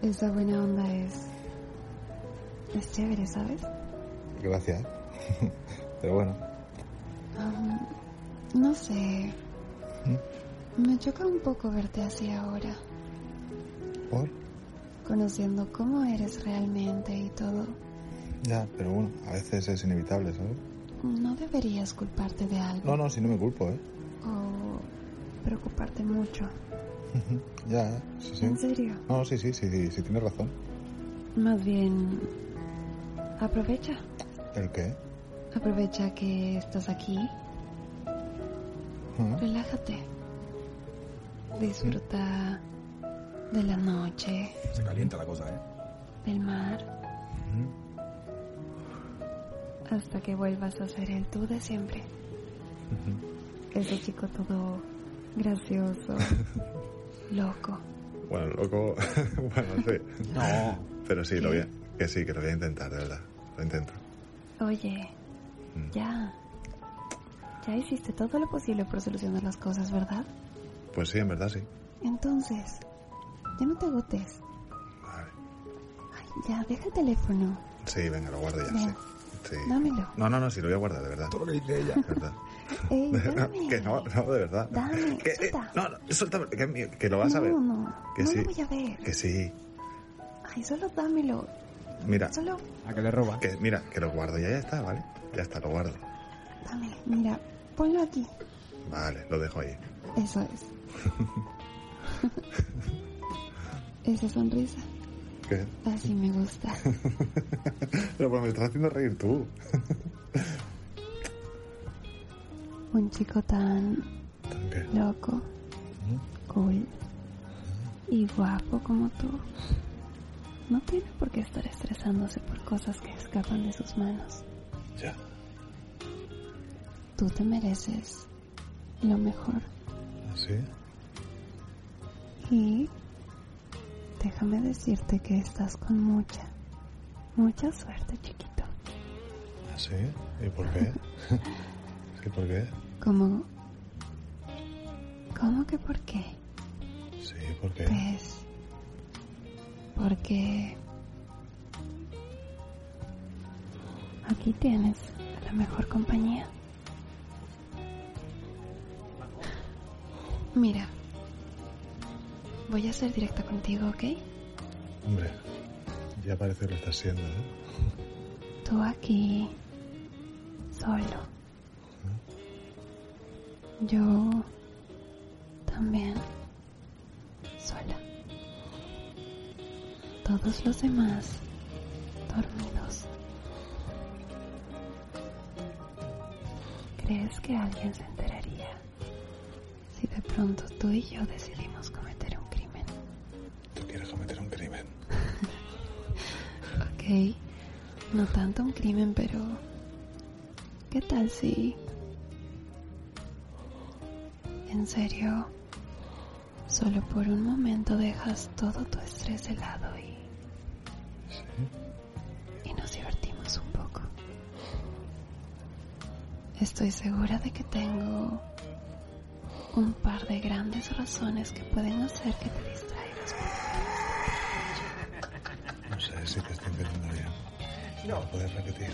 esa buena onda es... Es chévere, ¿sabes? Gracias. (laughs) Pero bueno, Um, no sé. Me choca un poco verte así ahora, ¿por? conociendo cómo eres realmente y todo. Ya, pero bueno, a veces es inevitable, ¿sabes? No deberías culparte de No, algo no, si no me culpo, ¿eh? o preocuparte mucho. Ya, ¿eh? sí, sí. En serio. No, sí, sí, sí, sí, sí, tienes razón. Más bien, aprovecha. ¿El qué? Aprovecha que estás aquí. Ah, Relájate. Disfruta de la noche, Se calienta la cosa, ¿eh? del mar. Hasta que vuelvas a ser el tú de siempre. Ese chico todo (laughs) gracioso, loco. Bueno, loco, (laughs) bueno, sí. (laughs) No. Pero sí, lo ¿Qué? voy a... Que sí, que lo voy a intentar, de verdad. Lo intento. Oye, ya. Ya hiciste todo lo posible por solucionar las cosas, ¿verdad? Pues sí, en verdad sí. Entonces, ya no te agotes. Vale. Ay, ya, deja el (laughs) teléfono. Sí, venga, lo guardo ya, sí. Ven. Sí. Dámelo. No, no, no, sí, lo voy a guardar, de verdad. Todo lo que dice ella. De verdad. Ey, dame. Ah, (laughs) que no, no, de verdad. Dame, que, eh, suelta. no, no, suéltame, que, es mío, que lo vas a ver. No, no, Que no sí. lo voy a ver. Que sí. Ay, solo dámelo. Mira, Solo A que le roba. que, mira, que lo guardo, ya, ya está, Ah, ¿vale? Ya está, lo guardo. dame. Mira, ponlo aquí. Vale, lo dejo ahí. (laughs) Eso es. Esa sonrisa. ¿Qué? Así me gusta. (laughs) Pero pues me estás haciendo reír tú. (laughs) Un chico tan ¿Tan qué? loco, cool y guapo como tú. No tiene por qué estar estresándose por cosas que escapan de sus manos. Ya. Tú te mereces lo mejor. ¿Sí? Y déjame decirte que estás con mucha, mucha suerte, chiquito. ¿Ah, sí? ¿Y por qué? (laughs) ¿Sí, por qué? Como... ¿Cómo que por qué? Sí, por qué. Pues... Porque... Aquí tienes a la mejor compañía. Mira, voy a ser directa contigo, ¿ok? Hombre, ya parece que lo estás siendo, ¿eh? Tú aquí, solo. Yo también, sola. Todos los demás, dormidos. ¿Crees que alguien se enteraría si de pronto tú y yo decidimos cometer un crimen? Tú quieres cometer un crimen. (laughs) Ok, no tanto un crimen, pero... ¿Qué tal si... En serio, solo por un momento dejas todo tu estrés de lado y... Y nos divertimos un poco. Estoy segura de que tengo un par de grandes razones que pueden hacer que te distraigas. No sé si te estoy entendiendo bien. No. ¿Lo puedes repetir?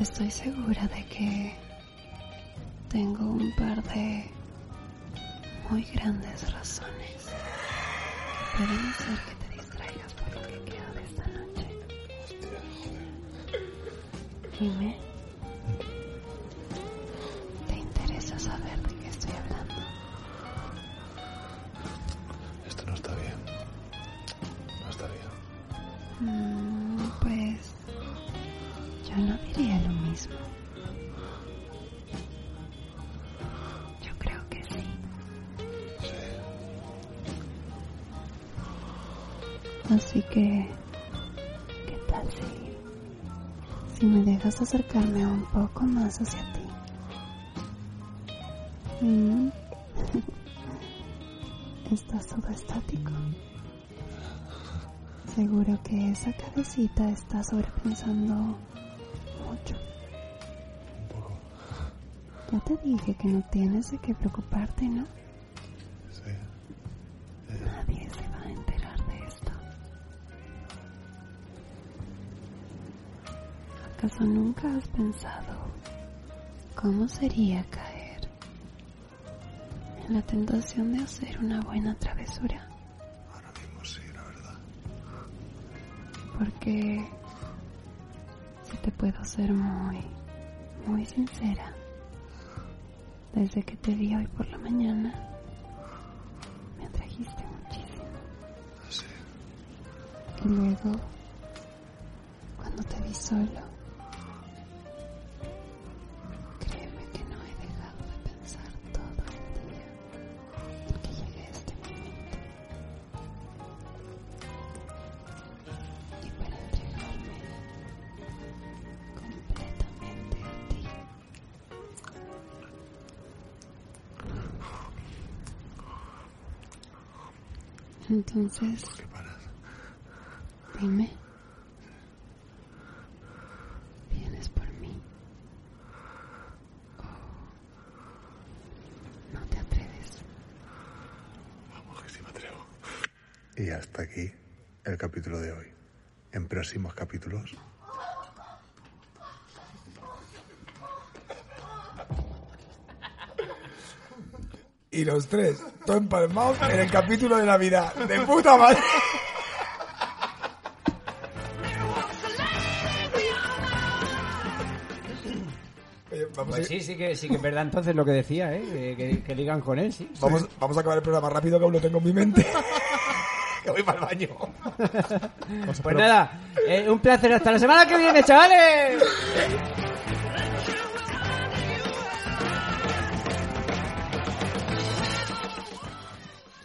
Estoy segura de que tengo un par de muy grandes razones que pueden hacer que te distraigas por lo que queda de esta noche. Hostia, joder. Dime, ¿te interesa saber de qué estoy hablando? Esto no está bien. No está bien. Mm, pues yo no diría lo mismo. Yo creo que sí. Así que, ¿qué tal si, si me dejas acercarme un poco más hacia ti? Mm. (laughs) Estás todo estático. Seguro que esa cabecita está sobrepensando mucho. Un poco. Ya te dije que no tienes de qué preocuparte, ¿no? Sí. Nadie se va a enterar de esto. ¿Acaso nunca has pensado cómo sería caer en la tentación de hacer una buena travesura? Ahora mismo sí, la verdad. Porque, si te puedo ser muy, muy sincera, desde que te vi hoy por la mañana, me atrajiste muchísimo. Sí. Y luego, cuando te vi solo, créeme que no he dejado de pensar todo el día en que llegué a este momento. y para entregarme completamente a ti. Entonces, ¿Qué paras? dime, ¿vienes por mí? ¿O no te atreves? Vamos, que sí me atrevo. Y hasta aquí el capítulo de hoy. En próximos capítulos. Y los tres, todo empalmados en el capítulo de Navidad. ¡De puta madre! Oye, Eh, Vamos, a- Pues sí, sí que, sí que es verdad entonces lo que decía, ¿eh? Que, que- que ligan con él, sí. vamos, vamos a acabar el programa rápido que aún lo tengo en mi mente. que voy para el baño. Pues nada, eh, un placer hasta la semana que viene, chavales.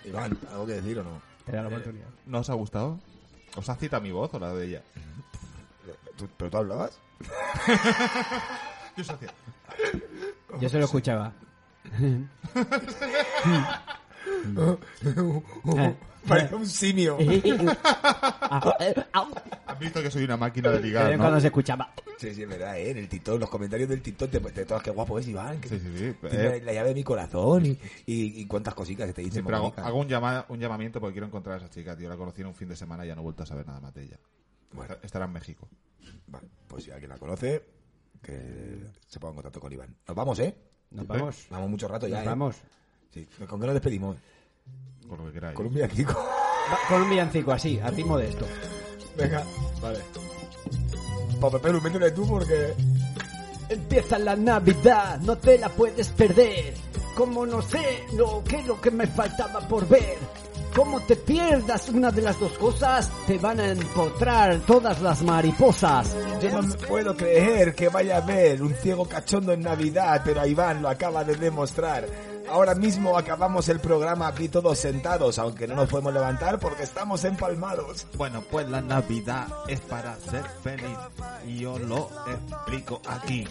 Iván, ¿algo que decir o no? Te da la oportunidad. ¿No os ha gustado? ¿Os ha citado mi voz o la de ella? (laughs) ¿Tú- ¿Pero tú hablabas? Yo os hacía. Yo se lo escuchaba. (laughs) Parecía un simio. Ah, eh, au. ¿Has visto que soy una máquina de De vez ligar, en cuando no? se escuchaba. Sí, sí, es verdad, ¿eh? En el TikTok, los comentarios del TikTok, te, te todas qué guapo es Iván. Que Sí, sí, sí. tiene eh, la llave de mi corazón y, y, y cuántas cositas que te dicen. siempre hago, Mónica. hago un, llama- un llamamiento porque quiero encontrar a esa chica, tío. La conocí en un fin de semana y ya no he vuelto a saber nada más de ella. Bueno. Est- Estará en México. Vale, pues si alguien la conoce, que se ponga en contacto con Iván. Nos vamos, ¿eh? Nos vamos. Vamos mucho rato ya. Nos ¿eh? vamos. Sí. ¿Con qué nos despedimos? Con lo que queráis. Con un villancico. Va- Con un villancico así, a ritmo de esto. (laughs) Venga, vale. Papá Pelu, métele tú porque. Empieza la Navidad, no te la puedes perder. Como no sé lo que es lo que me faltaba por ver. Como te pierdas una de las dos cosas, te van a empotrar todas las mariposas. Yo no me puedo creer que vaya a haber un ciego cachondo en Navidad, pero a Iván lo acaba de demostrar. Ahora mismo acabamos el programa aquí todos sentados, aunque no nos podemos levantar porque estamos empalmados. Bueno, pues la Navidad es para ser feliz y yo lo explico aquí.